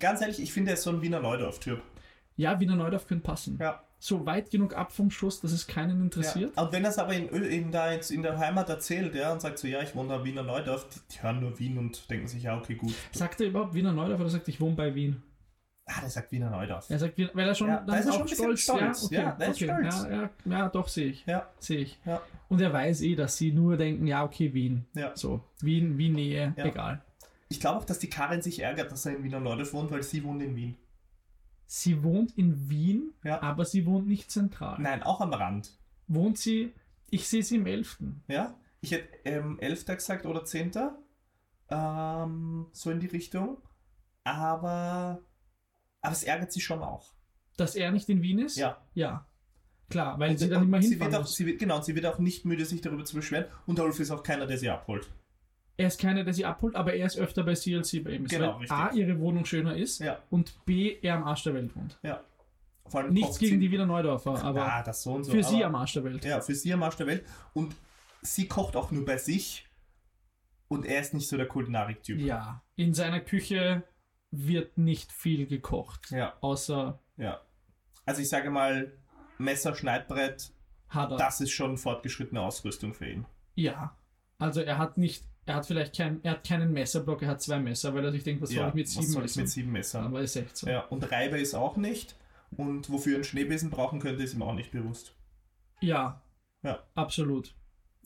Speaker 1: Ganz ehrlich, ich finde, er ist so ein Wiener Neudorf-Typ.
Speaker 2: Ja, Wiener Neudorf könnte passen.
Speaker 1: Ja.
Speaker 2: So weit genug ab vom Schuss, dass es keinen interessiert.
Speaker 1: Ja. Und wenn er es aber in, Ö- in, da jetzt in der Heimat erzählt, ja, und sagt so, ja, ich wohne da in Wiener Neudorf, die, die hören nur Wien und denken sich, ja, okay, gut.
Speaker 2: Sagt er überhaupt Wiener Neudorf oder sagt er, ich wohne bei Wien?
Speaker 1: Ah, der sagt Wiener Neudorf.
Speaker 2: Er sagt, Wien- weil er schon,
Speaker 1: Ja,
Speaker 2: dann
Speaker 1: da ist er schon
Speaker 2: auch
Speaker 1: ein bisschen stolz. Ja, der ist stolz.
Speaker 2: Ja, ja, ja, doch, sehe ich.
Speaker 1: Ja.
Speaker 2: Sehe ich.
Speaker 1: Ja.
Speaker 2: Und er weiß eh, dass sie nur denken, ja, okay, Wien.
Speaker 1: Ja.
Speaker 2: So, Wien, Wien Nähe,
Speaker 1: Ja.
Speaker 2: egal.
Speaker 1: Ich glaube auch, dass die Karin sich ärgert, dass er in Wiener Neudorf wohnt, weil sie wohnt in Wien.
Speaker 2: Sie wohnt in Wien,
Speaker 1: Ja.
Speaker 2: aber sie wohnt nicht zentral.
Speaker 1: Nein, auch am Rand.
Speaker 2: Wohnt sie, ich sehe sie im 11.
Speaker 1: Ja? Ich hätte ähm, 11. gesagt oder 10. Ähm, so in die Richtung. Aber, aber es ärgert sie schon auch.
Speaker 2: Dass er nicht in Wien ist?
Speaker 1: Ja.
Speaker 2: Ja. Klar, weil
Speaker 1: Und-
Speaker 2: sie dann
Speaker 1: und
Speaker 2: immer
Speaker 1: sie wird
Speaker 2: hinfahren
Speaker 1: auch,
Speaker 2: muss.
Speaker 1: sie wird, Genau, und sie wird auch nicht müde, sich darüber zu beschweren. Und Ulf ist auch keiner, der sie abholt.
Speaker 2: er ist keiner, der sie abholt, aber er ist öfter bei CLC bei ihm. ist,
Speaker 1: Genau,
Speaker 2: weil
Speaker 1: richtig.
Speaker 2: A, ihre Wohnung schöner ist
Speaker 1: Ja.
Speaker 2: und B, er am Arsch der Welt wohnt.
Speaker 1: Vor allem
Speaker 2: Nichts
Speaker 1: kocht
Speaker 2: gegen
Speaker 1: sie-
Speaker 2: die Wiener Neudorfer, aber
Speaker 1: ah, das so und so.
Speaker 2: für
Speaker 1: aber,
Speaker 2: sie am Arsch der Welt.
Speaker 1: Ja, für sie am Arsch der Welt. Und sie kocht auch nur bei sich. Und er ist nicht so der Kulinarik-Typ.
Speaker 2: Ja, in seiner Küche wird nicht viel gekocht,
Speaker 1: ja.
Speaker 2: außer
Speaker 1: ja. Also ich sage mal, Messer, Schneidbrett,
Speaker 2: Hader.
Speaker 1: das ist schon fortgeschrittene Ausrüstung für ihn.
Speaker 2: Ja, also er hat nicht, er hat vielleicht kein, er hat keinen Messerblock, er hat zwei Messer, weil er sich denkt, was
Speaker 1: ja,
Speaker 2: soll ich mit sieben
Speaker 1: was soll ich
Speaker 2: Messern?
Speaker 1: mit sieben Messern?
Speaker 2: Aber er ist 16.
Speaker 1: Ja, und Reibe ist auch nicht. Und wofür er einen Schneebesen brauchen könnte, ist ihm auch nicht bewusst.
Speaker 2: Ja,
Speaker 1: Ja.
Speaker 2: absolut.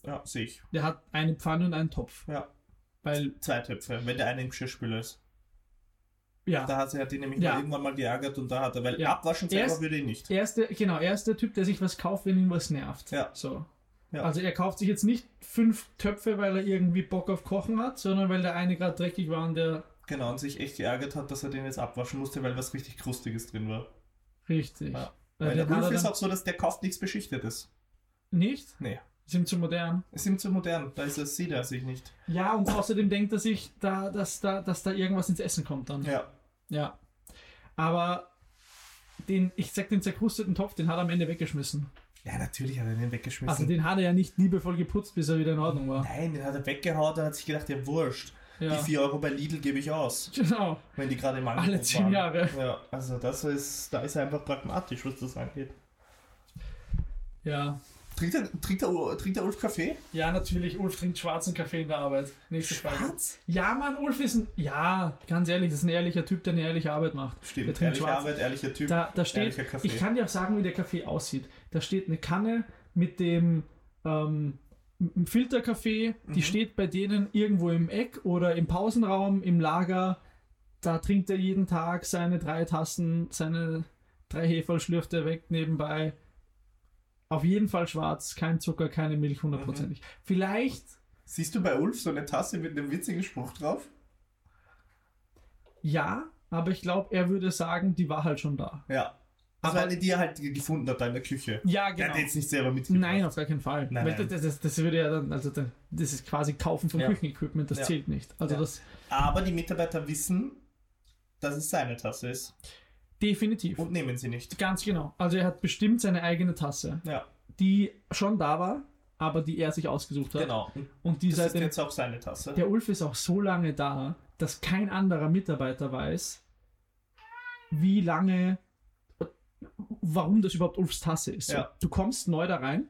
Speaker 1: Ja, sehe ich.
Speaker 2: Der hat eine Pfanne und einen Topf,
Speaker 1: Ja.
Speaker 2: weil,
Speaker 1: Zwei Töpfe, wenn der eine im Geschirrspüler ist.
Speaker 2: ja,
Speaker 1: Da hat, sie- hat ihn nämlich
Speaker 2: Ja.
Speaker 1: mal irgendwann mal geärgert und da hat er, weil
Speaker 2: Ja.
Speaker 1: abwaschen
Speaker 2: Er
Speaker 1: selber
Speaker 2: ist-
Speaker 1: würde ihn nicht.
Speaker 2: Er ist der, genau, er ist der Typ, der sich was kauft, wenn ihn was nervt.
Speaker 1: Ja.
Speaker 2: So.
Speaker 1: Ja.
Speaker 2: Also er kauft sich jetzt nicht fünf Töpfe, weil er irgendwie Bock auf Kochen hat, sondern weil der eine gerade dreckig war und der
Speaker 1: Genau, und sich echt geärgert hat, dass er den jetzt abwaschen musste, weil was richtig Krustiges drin war.
Speaker 2: richtig.
Speaker 1: Ja. Weil
Speaker 2: Weil den
Speaker 1: der
Speaker 2: hat er
Speaker 1: Ulf ist
Speaker 2: dann
Speaker 1: auch so, dass der kauft nichts Beschichtetes.
Speaker 2: nicht?
Speaker 1: Nee.
Speaker 2: Ist ihm zu modern.
Speaker 1: Ist ihm zu modern, da ist das sieht er sich nicht.
Speaker 2: Ja, und außerdem denkt er sich, da, dass, da, dass da irgendwas ins Essen kommt dann.
Speaker 1: Ja.
Speaker 2: Ja. Aber den, ich sag, den zerkrusteten Topf, den hat er am Ende weggeschmissen.
Speaker 1: Ja, natürlich hat er den weggeschmissen.
Speaker 2: Also den hat er ja nicht liebevoll geputzt, bis er wieder in Ordnung war.
Speaker 1: Nein, den hat er weggehauen, dann hat sich gedacht, ja wurscht. Die
Speaker 2: Ja.
Speaker 1: 4 Euro bei Lidl gebe ich aus,
Speaker 2: Genau.
Speaker 1: wenn die gerade im Angebot
Speaker 2: Alle zehn
Speaker 1: waren.
Speaker 2: Jahre.
Speaker 1: Ja, also das ist, da ist er einfach pragmatisch, was das angeht.
Speaker 2: Ja.
Speaker 1: Trinkt der, trinkt der, trinkt der Ulf Kaffee?
Speaker 2: Ja, natürlich, Ulf trinkt schwarzen Kaffee in der Arbeit. Nächste Frage. Ja, Mann, Ulf ist ein. Ja, ganz ehrlich, das ist ein ehrlicher Typ, der eine ehrliche Arbeit macht. Der
Speaker 1: Stimmt,
Speaker 2: trinkt
Speaker 1: ehrliche
Speaker 2: schwarz.
Speaker 1: Arbeit, ehrlicher Typ.
Speaker 2: Da, da steht.
Speaker 1: Ehrlicher Kaffee.
Speaker 2: Ich kann dir auch sagen, wie der Kaffee aussieht. Da steht eine Kanne mit dem ähm, m- m- Filterkaffee, die
Speaker 1: Mhm.
Speaker 2: steht bei denen irgendwo im Eck oder im Pausenraum, im Lager. Da trinkt er jeden Tag seine drei Tassen, seine drei Heferl schlürft er weg nebenbei. Auf jeden Fall schwarz, kein Zucker, keine Milch, hundertprozentig. Vielleicht
Speaker 1: Siehst du bei Ulf so eine Tasse mit einem witzigen Spruch drauf?
Speaker 2: Ja, aber ich glaube, er würde sagen, die war halt schon da.
Speaker 1: Ja. Also
Speaker 2: Aber-
Speaker 1: eine, die er halt gefunden hat da in der Küche.
Speaker 2: Ja,
Speaker 1: Der
Speaker 2: genau.
Speaker 1: hat jetzt nicht selber mitgebracht.
Speaker 2: Nein, auf gar keinen Fall.
Speaker 1: Nein,
Speaker 2: Weil
Speaker 1: nein.
Speaker 2: Das, das, das würde ja dann, also dann, das ist quasi Kaufen von
Speaker 1: Ja.
Speaker 2: Küchenequipment, das
Speaker 1: Ja.
Speaker 2: zählt nicht. Also
Speaker 1: Ja.
Speaker 2: das
Speaker 1: Aber die Mitarbeiter wissen, dass es seine Tasse ist
Speaker 2: definitiv.
Speaker 1: und nehmen sie nicht.
Speaker 2: Ganz genau. Also er hat bestimmt seine eigene Tasse,
Speaker 1: Ja,
Speaker 2: die schon da war, aber die er sich ausgesucht hat.
Speaker 1: genau. Und
Speaker 2: Und die
Speaker 1: das ist
Speaker 2: seitdem.
Speaker 1: jetzt auch seine Tasse.
Speaker 2: Der Ulf ist auch so lange da, dass kein anderer Mitarbeiter weiß, wie lange warum das überhaupt Ulfs Tasse ist. So,
Speaker 1: Ja.
Speaker 2: Du kommst neu da rein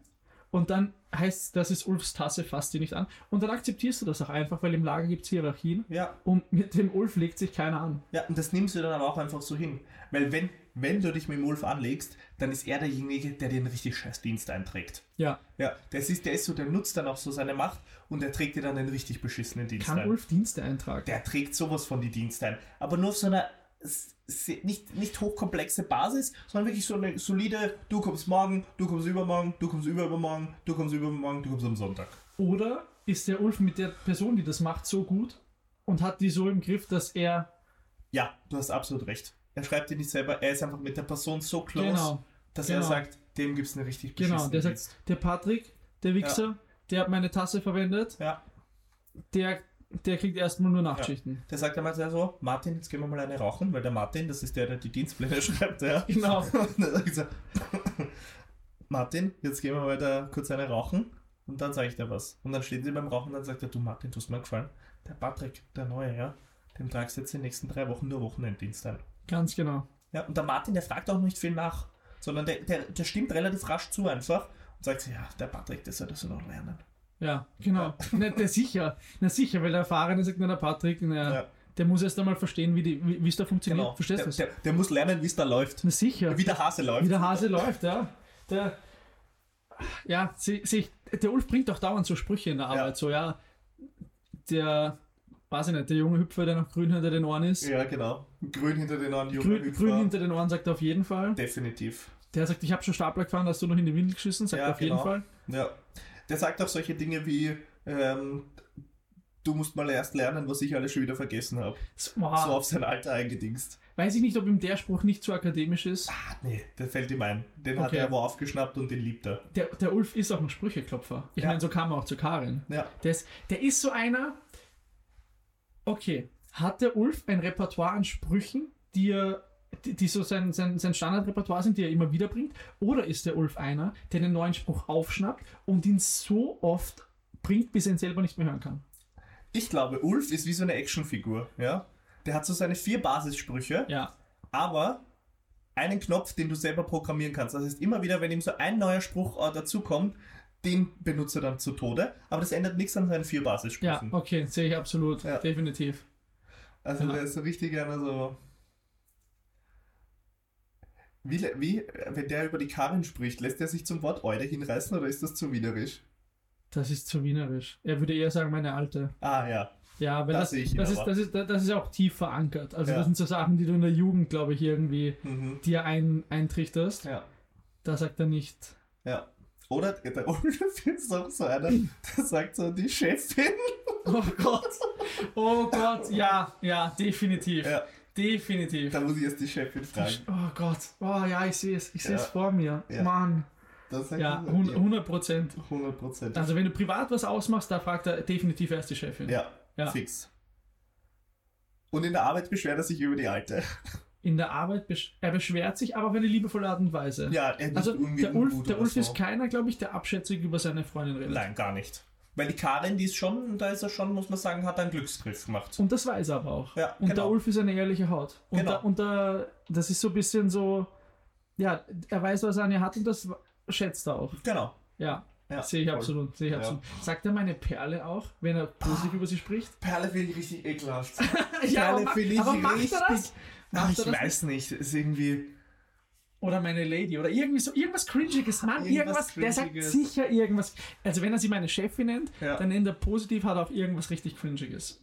Speaker 2: und dann heißt es, das ist Ulfs Tasse, fass die nicht an. Und dann akzeptierst du das auch einfach, weil im Lager gibt es Hierarchien
Speaker 1: Ja,
Speaker 2: und mit dem Ulf legt sich keiner an.
Speaker 1: ja, und das nimmst du dann aber auch einfach so hin. Weil wenn, wenn du dich mit dem Ulf anlegst, dann ist er derjenige, der den richtig scheiß Dienst einträgt.
Speaker 2: Ja,
Speaker 1: Ja, das ist, der ist so, der nutzt dann auch so seine Macht und der trägt dir dann den richtig beschissenen Dienst
Speaker 2: kann
Speaker 1: ein.
Speaker 2: Ulf Dienste eintragen.
Speaker 1: Der trägt sowas von die Dienste ein. Aber nur auf so einer s- se- nicht, nicht hochkomplexe Basis, sondern wirklich so eine solide, du kommst morgen, du kommst übermorgen, du kommst übermorgen, du kommst übermorgen, du kommst am Sonntag.
Speaker 2: Oder ist der Ulf mit der Person, die das macht, so gut und hat die so im Griff, dass er.
Speaker 1: Ja, du hast absolut recht. Er schreibt dir nicht selber, er ist einfach mit der Person so close,
Speaker 2: Genau,
Speaker 1: dass er
Speaker 2: genau.
Speaker 1: sagt, dem gibt es eine richtig
Speaker 2: genau.
Speaker 1: beschissene
Speaker 2: Der sagt,
Speaker 1: Dienst.
Speaker 2: der Patrick, der Wichser, der hat meine Tasse verwendet,
Speaker 1: Ja,
Speaker 2: der, der kriegt erstmal nur Nachtschichten.
Speaker 1: der sagt einmal so, Martin, jetzt gehen wir mal eine rauchen, weil der Martin, das ist der, der die Dienstpläne schreibt, ja.
Speaker 2: Genau.
Speaker 1: Und dann sag ich so, Martin, jetzt gehen wir mal da kurz eine rauchen und dann sage ich dir was. Und dann stehen sie beim Rauchen und dann sagt er, du Martin, tust mir einen gefallen. Der Patrick, der Neue, ja, dem tragst du jetzt die nächsten drei Wochen nur Wochenenddienst ein.
Speaker 2: Ganz genau.
Speaker 1: Ja, und der Martin, der fragt auch nicht viel nach, sondern der, der, der stimmt relativ rasch zu einfach und sagt, ja, der Patrick, das solltest du noch lernen.
Speaker 2: Ja, genau. Na, der sicher. Na sicher, weil der Erfahrene sagt, na der Patrick, na,
Speaker 1: Ja.
Speaker 2: der muss erst einmal verstehen, wie die- wie wie es da funktioniert.
Speaker 1: Genau.
Speaker 2: Verstehst
Speaker 1: der,
Speaker 2: du das?
Speaker 1: der, der muss lernen, wie es da läuft.
Speaker 2: Na sicher.
Speaker 1: Wie der Hase läuft.
Speaker 2: Wie der Hase läuft, ja. Der, ja, sich, sich, der Ulf bringt auch dauernd so Sprüche in der Arbeit,
Speaker 1: Ja.
Speaker 2: so, ja, der, weiß ich nicht, der junge Hüpfer, der noch grün hinter den Ohren ist,
Speaker 1: Ja, genau. Grün hinter den Ohren, junger
Speaker 2: grün,
Speaker 1: Hüpfer.
Speaker 2: grün hinter den Ohren sagt er auf jeden Fall.
Speaker 1: Definitiv.
Speaker 2: Der sagt, ich habe schon Stapler gefahren, hast du noch in die Windel geschissen, sagt
Speaker 1: Ja,
Speaker 2: er auf jeden
Speaker 1: genau.
Speaker 2: Fall.
Speaker 1: Ja. Der sagt auch solche Dinge wie, ähm, du musst mal erst lernen, was ich alles schon wieder vergessen habe.
Speaker 2: So, wow.
Speaker 1: So auf sein Alter eingedingst.
Speaker 2: Weiß ich nicht, ob ihm der Spruch nicht zu akademisch ist.
Speaker 1: Ah, nee, der fällt ihm ein. Den hat
Speaker 2: Okay.
Speaker 1: er aber aufgeschnappt und den liebt er.
Speaker 2: Der, der Ulf ist auch ein Sprücheklopfer. Ich
Speaker 1: Ja.
Speaker 2: meine, so kam er auch zu Karin.
Speaker 1: Ja.
Speaker 2: Der ist, der ist so einer. Okay, hat der Ulf ein Repertoire an Sprüchen, die er, die, die so sein, sein, sein Standardrepertoire sind, die er immer wieder bringt? Oder ist der Ulf einer, der einen neuen Spruch aufschnappt und ihn so oft bringt, bis er ihn selber nicht mehr hören kann?
Speaker 1: Ich glaube, Ulf ist wie so eine Actionfigur, ja. Der hat so seine vier Basissprüche,
Speaker 2: Ja,
Speaker 1: aber einen Knopf, den du selber programmieren kannst. Das heißt, immer wieder, wenn ihm so ein neuer Spruch äh, dazukommt, den benutzt er dann zu Tode. Aber das ändert nichts an seinen vier
Speaker 2: ja,
Speaker 1: Basissprüchen.
Speaker 2: okay, sehe ich absolut,
Speaker 1: Ja.
Speaker 2: definitiv.
Speaker 1: Also
Speaker 2: Ja.
Speaker 1: der ist so richtig einer so. Wie, lä- wie, äh, wenn der über die Karin spricht, lässt er sich zum Wort Eude hinreißen oder ist das zu widerisch?
Speaker 2: Das ist zu wienerisch. Er würde eher sagen, meine Alte.
Speaker 1: Ah ja.
Speaker 2: Ja, weil
Speaker 1: Da
Speaker 2: das,
Speaker 1: sehe ich ihn
Speaker 2: das, ist,
Speaker 1: aber.
Speaker 2: das, ist, das ist auch tief verankert. Also,
Speaker 1: Ja.
Speaker 2: das sind so Sachen, die du in der Jugend, glaube ich, irgendwie
Speaker 1: Mhm.
Speaker 2: dir ein, eintrichterst.
Speaker 1: Ja.
Speaker 2: Da sagt er nicht,
Speaker 1: Ja. Oder der Ulf ist auch so einer, der sagt so die Chefin.
Speaker 2: Oh Gott. Oh Gott, ja, ja, definitiv.
Speaker 1: Ja.
Speaker 2: Definitiv.
Speaker 1: Da muss ich jetzt die Chefin fragen.
Speaker 2: Oh Gott. Oh ja, ich sehe es. Ich sehe es
Speaker 1: Ja.
Speaker 2: vor mir.
Speaker 1: Ja.
Speaker 2: Mann.
Speaker 1: Das sagt
Speaker 2: Ja,
Speaker 1: er so,
Speaker 2: 100 Prozent.
Speaker 1: 100 Prozent.
Speaker 2: Also wenn du privat was ausmachst, da fragt er definitiv erst die Chefin.
Speaker 1: Ja,
Speaker 2: Ja.
Speaker 1: fix. Und in der Arbeit beschwert er sich über die Alte.
Speaker 2: In der Arbeit, besch er beschwert sich, aber auf eine liebevolle Art und Weise.
Speaker 1: Ja, er ist
Speaker 2: also
Speaker 1: irgendwie
Speaker 2: der Ulf,
Speaker 1: ungut
Speaker 2: der
Speaker 1: oder
Speaker 2: Ulf
Speaker 1: so.
Speaker 2: ist keiner, glaube ich, der abschätzig über seine Freundin redet.
Speaker 1: Nein, gar nicht. Weil die Karin, die ist schon, da ist er schon, muss man sagen, hat einen Glücksgriff gemacht.
Speaker 2: Und das weiß er aber auch.
Speaker 1: Ja,
Speaker 2: und
Speaker 1: genau.
Speaker 2: der Ulf ist eine ehrliche Haut. Und,
Speaker 1: Genau.
Speaker 2: da, und da, das ist so ein bisschen so, ja, er weiß, was er an ihr hat und das schätzt er auch.
Speaker 1: Genau.
Speaker 2: Ja,
Speaker 1: Ja,
Speaker 2: sehe ich
Speaker 1: voll.
Speaker 2: absolut, sehe ich
Speaker 1: Ja.
Speaker 2: absolut. Sagt er meine Perle auch, wenn er positiv über sie spricht?
Speaker 1: Perle finde ich richtig ekelhaft.
Speaker 2: aber, ma-
Speaker 1: finde ich
Speaker 2: aber macht
Speaker 1: richtig-
Speaker 2: er das?
Speaker 1: Ach,
Speaker 2: Macht
Speaker 1: ich
Speaker 2: er das?
Speaker 1: weiß nicht, ist irgendwie.
Speaker 2: Oder meine Lady oder irgendwie so, irgendwas Cringiges, Mann, irgendwas,
Speaker 1: Irgendwas
Speaker 2: der sagt
Speaker 1: Cringiges.
Speaker 2: sicher irgendwas. Also wenn er sie meine Chefin nennt,
Speaker 1: Ja.
Speaker 2: dann nennt er positiv, hat er auch irgendwas richtig Cringiges.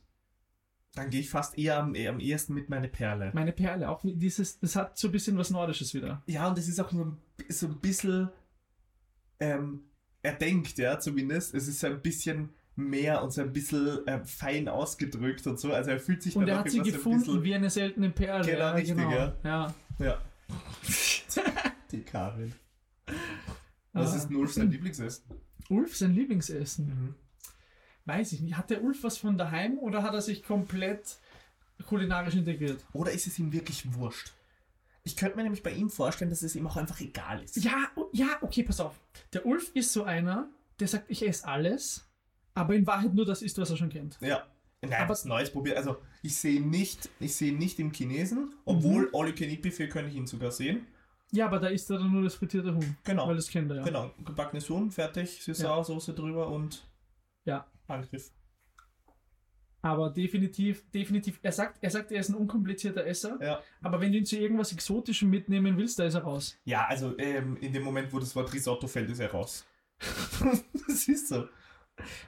Speaker 1: Dann gehe ich fast eher am, eher am ehesten mit meine Perle.
Speaker 2: Meine Perle, auch wie dieses, das hat so ein bisschen was Nordisches wieder.
Speaker 1: Ja, und es ist auch nur ein bi- so ein bisschen. Ähm, er denkt, ja, zumindest. Es ist so ein bisschen mehr und so ein bisschen ähm, fein ausgedrückt und so. Also er fühlt sich
Speaker 2: Und
Speaker 1: dann
Speaker 2: er
Speaker 1: auch
Speaker 2: hat sie
Speaker 1: immer so ein
Speaker 2: gefunden
Speaker 1: bisschen-
Speaker 2: wie eine seltene Perle.
Speaker 1: Genau, richtig, ja.
Speaker 2: ja.
Speaker 1: Ja. Die Karin. Was
Speaker 2: Ah.
Speaker 1: ist Nulf sein Lieblingsessen?
Speaker 2: Ulf sein Lieblingsessen.
Speaker 1: Mhm.
Speaker 2: Weiß ich nicht. Hat der Ulf was von daheim oder hat er sich komplett kulinarisch integriert?
Speaker 1: Oder ist es ihm wirklich wurscht? Ich könnte mir nämlich bei ihm vorstellen, dass es ihm auch einfach egal ist.
Speaker 2: Ja, o- ja, okay, pass auf. Der Ulf ist so einer, der sagt, ich esse alles, aber in Wahrheit nur das isst, was er schon kennt.
Speaker 1: Ja. Nein,
Speaker 2: Aber-
Speaker 1: was Neues probiert. Also
Speaker 2: Mhm.
Speaker 1: ich sehe ihn nicht, ich sehe ihn nicht im Chinesen, obwohl All You Can Eat Buffet könnte ich ihn sogar sehen.
Speaker 2: Ja, aber da isst er dann nur das frittierte Huhn.
Speaker 1: Genau.
Speaker 2: Weil das kennt er ja.
Speaker 1: Genau. Gebackenes Huhn, fertig, Süß-Sauer, Soße drüber und
Speaker 2: Ja.
Speaker 1: Angriff.
Speaker 2: Aber definitiv, definitiv, er sagt, er sagt, er ist ein unkomplizierter Esser,
Speaker 1: Ja.
Speaker 2: aber wenn du ihn zu irgendwas Exotischem mitnehmen willst, da ist er raus.
Speaker 1: Ja, also ähm, in dem Moment, wo das Wort Risotto fällt, ist er raus. das ist so.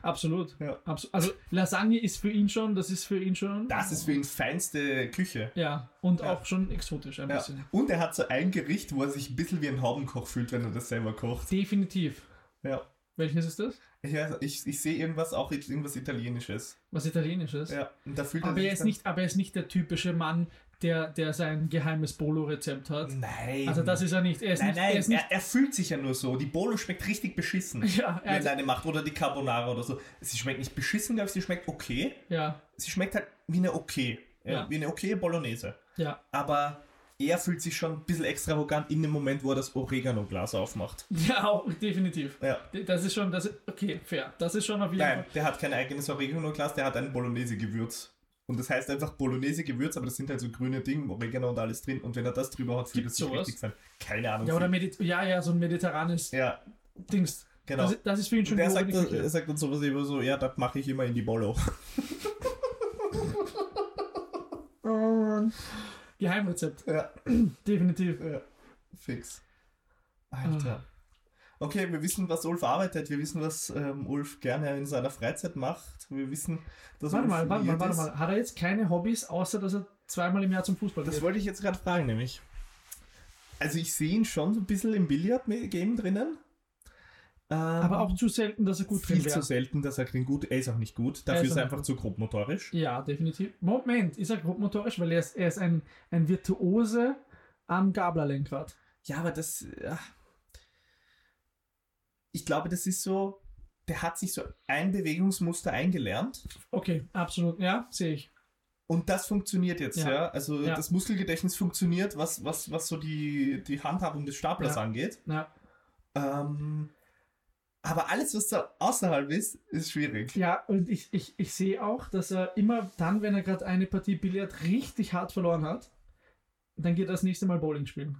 Speaker 2: Absolut.
Speaker 1: Ja.
Speaker 2: Abs also Lasagne ist für ihn schon, das ist für ihn schon.
Speaker 1: Das ist für ihn feinste Küche.
Speaker 2: Ja, und
Speaker 1: Ja.
Speaker 2: auch schon exotisch ein
Speaker 1: Ja.
Speaker 2: bisschen.
Speaker 1: Und er hat so ein Gericht, wo er sich ein bisschen wie ein Haubenkoch fühlt, wenn er das selber kocht.
Speaker 2: Definitiv.
Speaker 1: Ja.
Speaker 2: Welches ist das?
Speaker 1: Ja, ich, ich sehe irgendwas, auch jetzt irgendwas Italienisches.
Speaker 2: Was Italienisches.
Speaker 1: Ja, und da fühlt
Speaker 2: Aber
Speaker 1: sich
Speaker 2: er ist
Speaker 1: dann-
Speaker 2: nicht, aber er ist nicht der typische Mann, der, der sein geheimes Bolo-Rezept hat.
Speaker 1: Nein.
Speaker 2: Also das ist er nicht. Er ist
Speaker 1: Nein,
Speaker 2: nicht,
Speaker 1: nein,
Speaker 2: er
Speaker 1: er,
Speaker 2: ist nicht.
Speaker 1: er, fühlt sich ja nur so. Die Bolo schmeckt richtig beschissen,
Speaker 2: ja, er
Speaker 1: wenn er
Speaker 2: hat,
Speaker 1: eine macht. Oder die Carbonara oder so. Sie schmeckt nicht beschissen, glaube ich, sie schmeckt okay.
Speaker 2: ja,
Speaker 1: Sie schmeckt halt wie eine okay. äh,
Speaker 2: Ja.
Speaker 1: Wie eine okay Bolognese.
Speaker 2: ja.
Speaker 1: Aber er fühlt sich schon ein bisschen extravagant in dem Moment, wo er das Oregano-Glas aufmacht.
Speaker 2: Ja, auch, definitiv.
Speaker 1: Ja.
Speaker 2: D- Das ist schon, das ist, okay, fair. Das ist schon auf jeden
Speaker 1: Nein,
Speaker 2: Fall.
Speaker 1: der hat kein eigenes Oregano-Glas, der hat ein Bolognese-Gewürz. Und das heißt einfach Bolognese-Gewürz, aber das sind halt so grüne Dinge, Oregano und alles drin. Und wenn er das drüber hat, fühlt
Speaker 2: Gibt's
Speaker 1: es sich
Speaker 2: sowas?
Speaker 1: richtig sein. Keine Ahnung.
Speaker 2: Ja, oder
Speaker 1: viel.
Speaker 2: Medit ja, ja, so ein mediterranes
Speaker 1: ja
Speaker 2: Dings.
Speaker 1: genau.
Speaker 2: Das, ist- das ist für ihn schon
Speaker 1: Und er sagt,
Speaker 2: gehobene Küche.
Speaker 1: er sagt dann sowas immer so, ja, das mache ich immer in die Bolo.
Speaker 2: Ähm, Geheimrezept,
Speaker 1: ja,
Speaker 2: definitiv.
Speaker 1: ja, fix. Alter. Okay, wir wissen, was Ulf arbeitet. Wir wissen, was ähm, Ulf gerne in seiner Freizeit macht. Wir wissen, dass
Speaker 2: Warte
Speaker 1: Ulf
Speaker 2: mal, warte mal,
Speaker 1: liiert
Speaker 2: warte
Speaker 1: ist.
Speaker 2: mal. Hat er jetzt keine Hobbys, außer dass er zweimal im Jahr zum Fußball
Speaker 1: Das
Speaker 2: geht?
Speaker 1: wollte ich jetzt gerade fragen, nämlich. Also ich sehe ihn schon so ein bisschen im Billard-Game drinnen. Ähm,
Speaker 2: Aber auch zu selten, dass er gut
Speaker 1: viel
Speaker 2: drin
Speaker 1: zu
Speaker 2: wäre.
Speaker 1: selten, dass er klingt gut. Er ist auch nicht gut.
Speaker 2: Er
Speaker 1: Dafür
Speaker 2: ist
Speaker 1: ist
Speaker 2: auch
Speaker 1: er
Speaker 2: nicht
Speaker 1: einfach zu grobmotorisch.
Speaker 2: Ja, definitiv. Moment, ist er grobmotorisch, weil er ist, er ist ein, ein Virtuose am Gablerlenkrad.
Speaker 1: Ja, aber das. ja. Ich glaube, das ist so. Der hat sich so ein Bewegungsmuster eingelernt.
Speaker 2: Okay, absolut. Ja, sehe ich.
Speaker 1: Und das funktioniert jetzt, ja.
Speaker 2: Ja.
Speaker 1: Also
Speaker 2: Ja.
Speaker 1: das Muskelgedächtnis funktioniert, was, was, was so die, die Handhabung des Staplers
Speaker 2: Ja.
Speaker 1: angeht.
Speaker 2: Ja,
Speaker 1: Ähm, aber alles, was da außerhalb ist, ist schwierig.
Speaker 2: ja und ich, ich, ich sehe auch, dass er immer dann, wenn er gerade eine Partie Billard richtig hart verloren hat, dann geht er das nächste Mal Bowling spielen.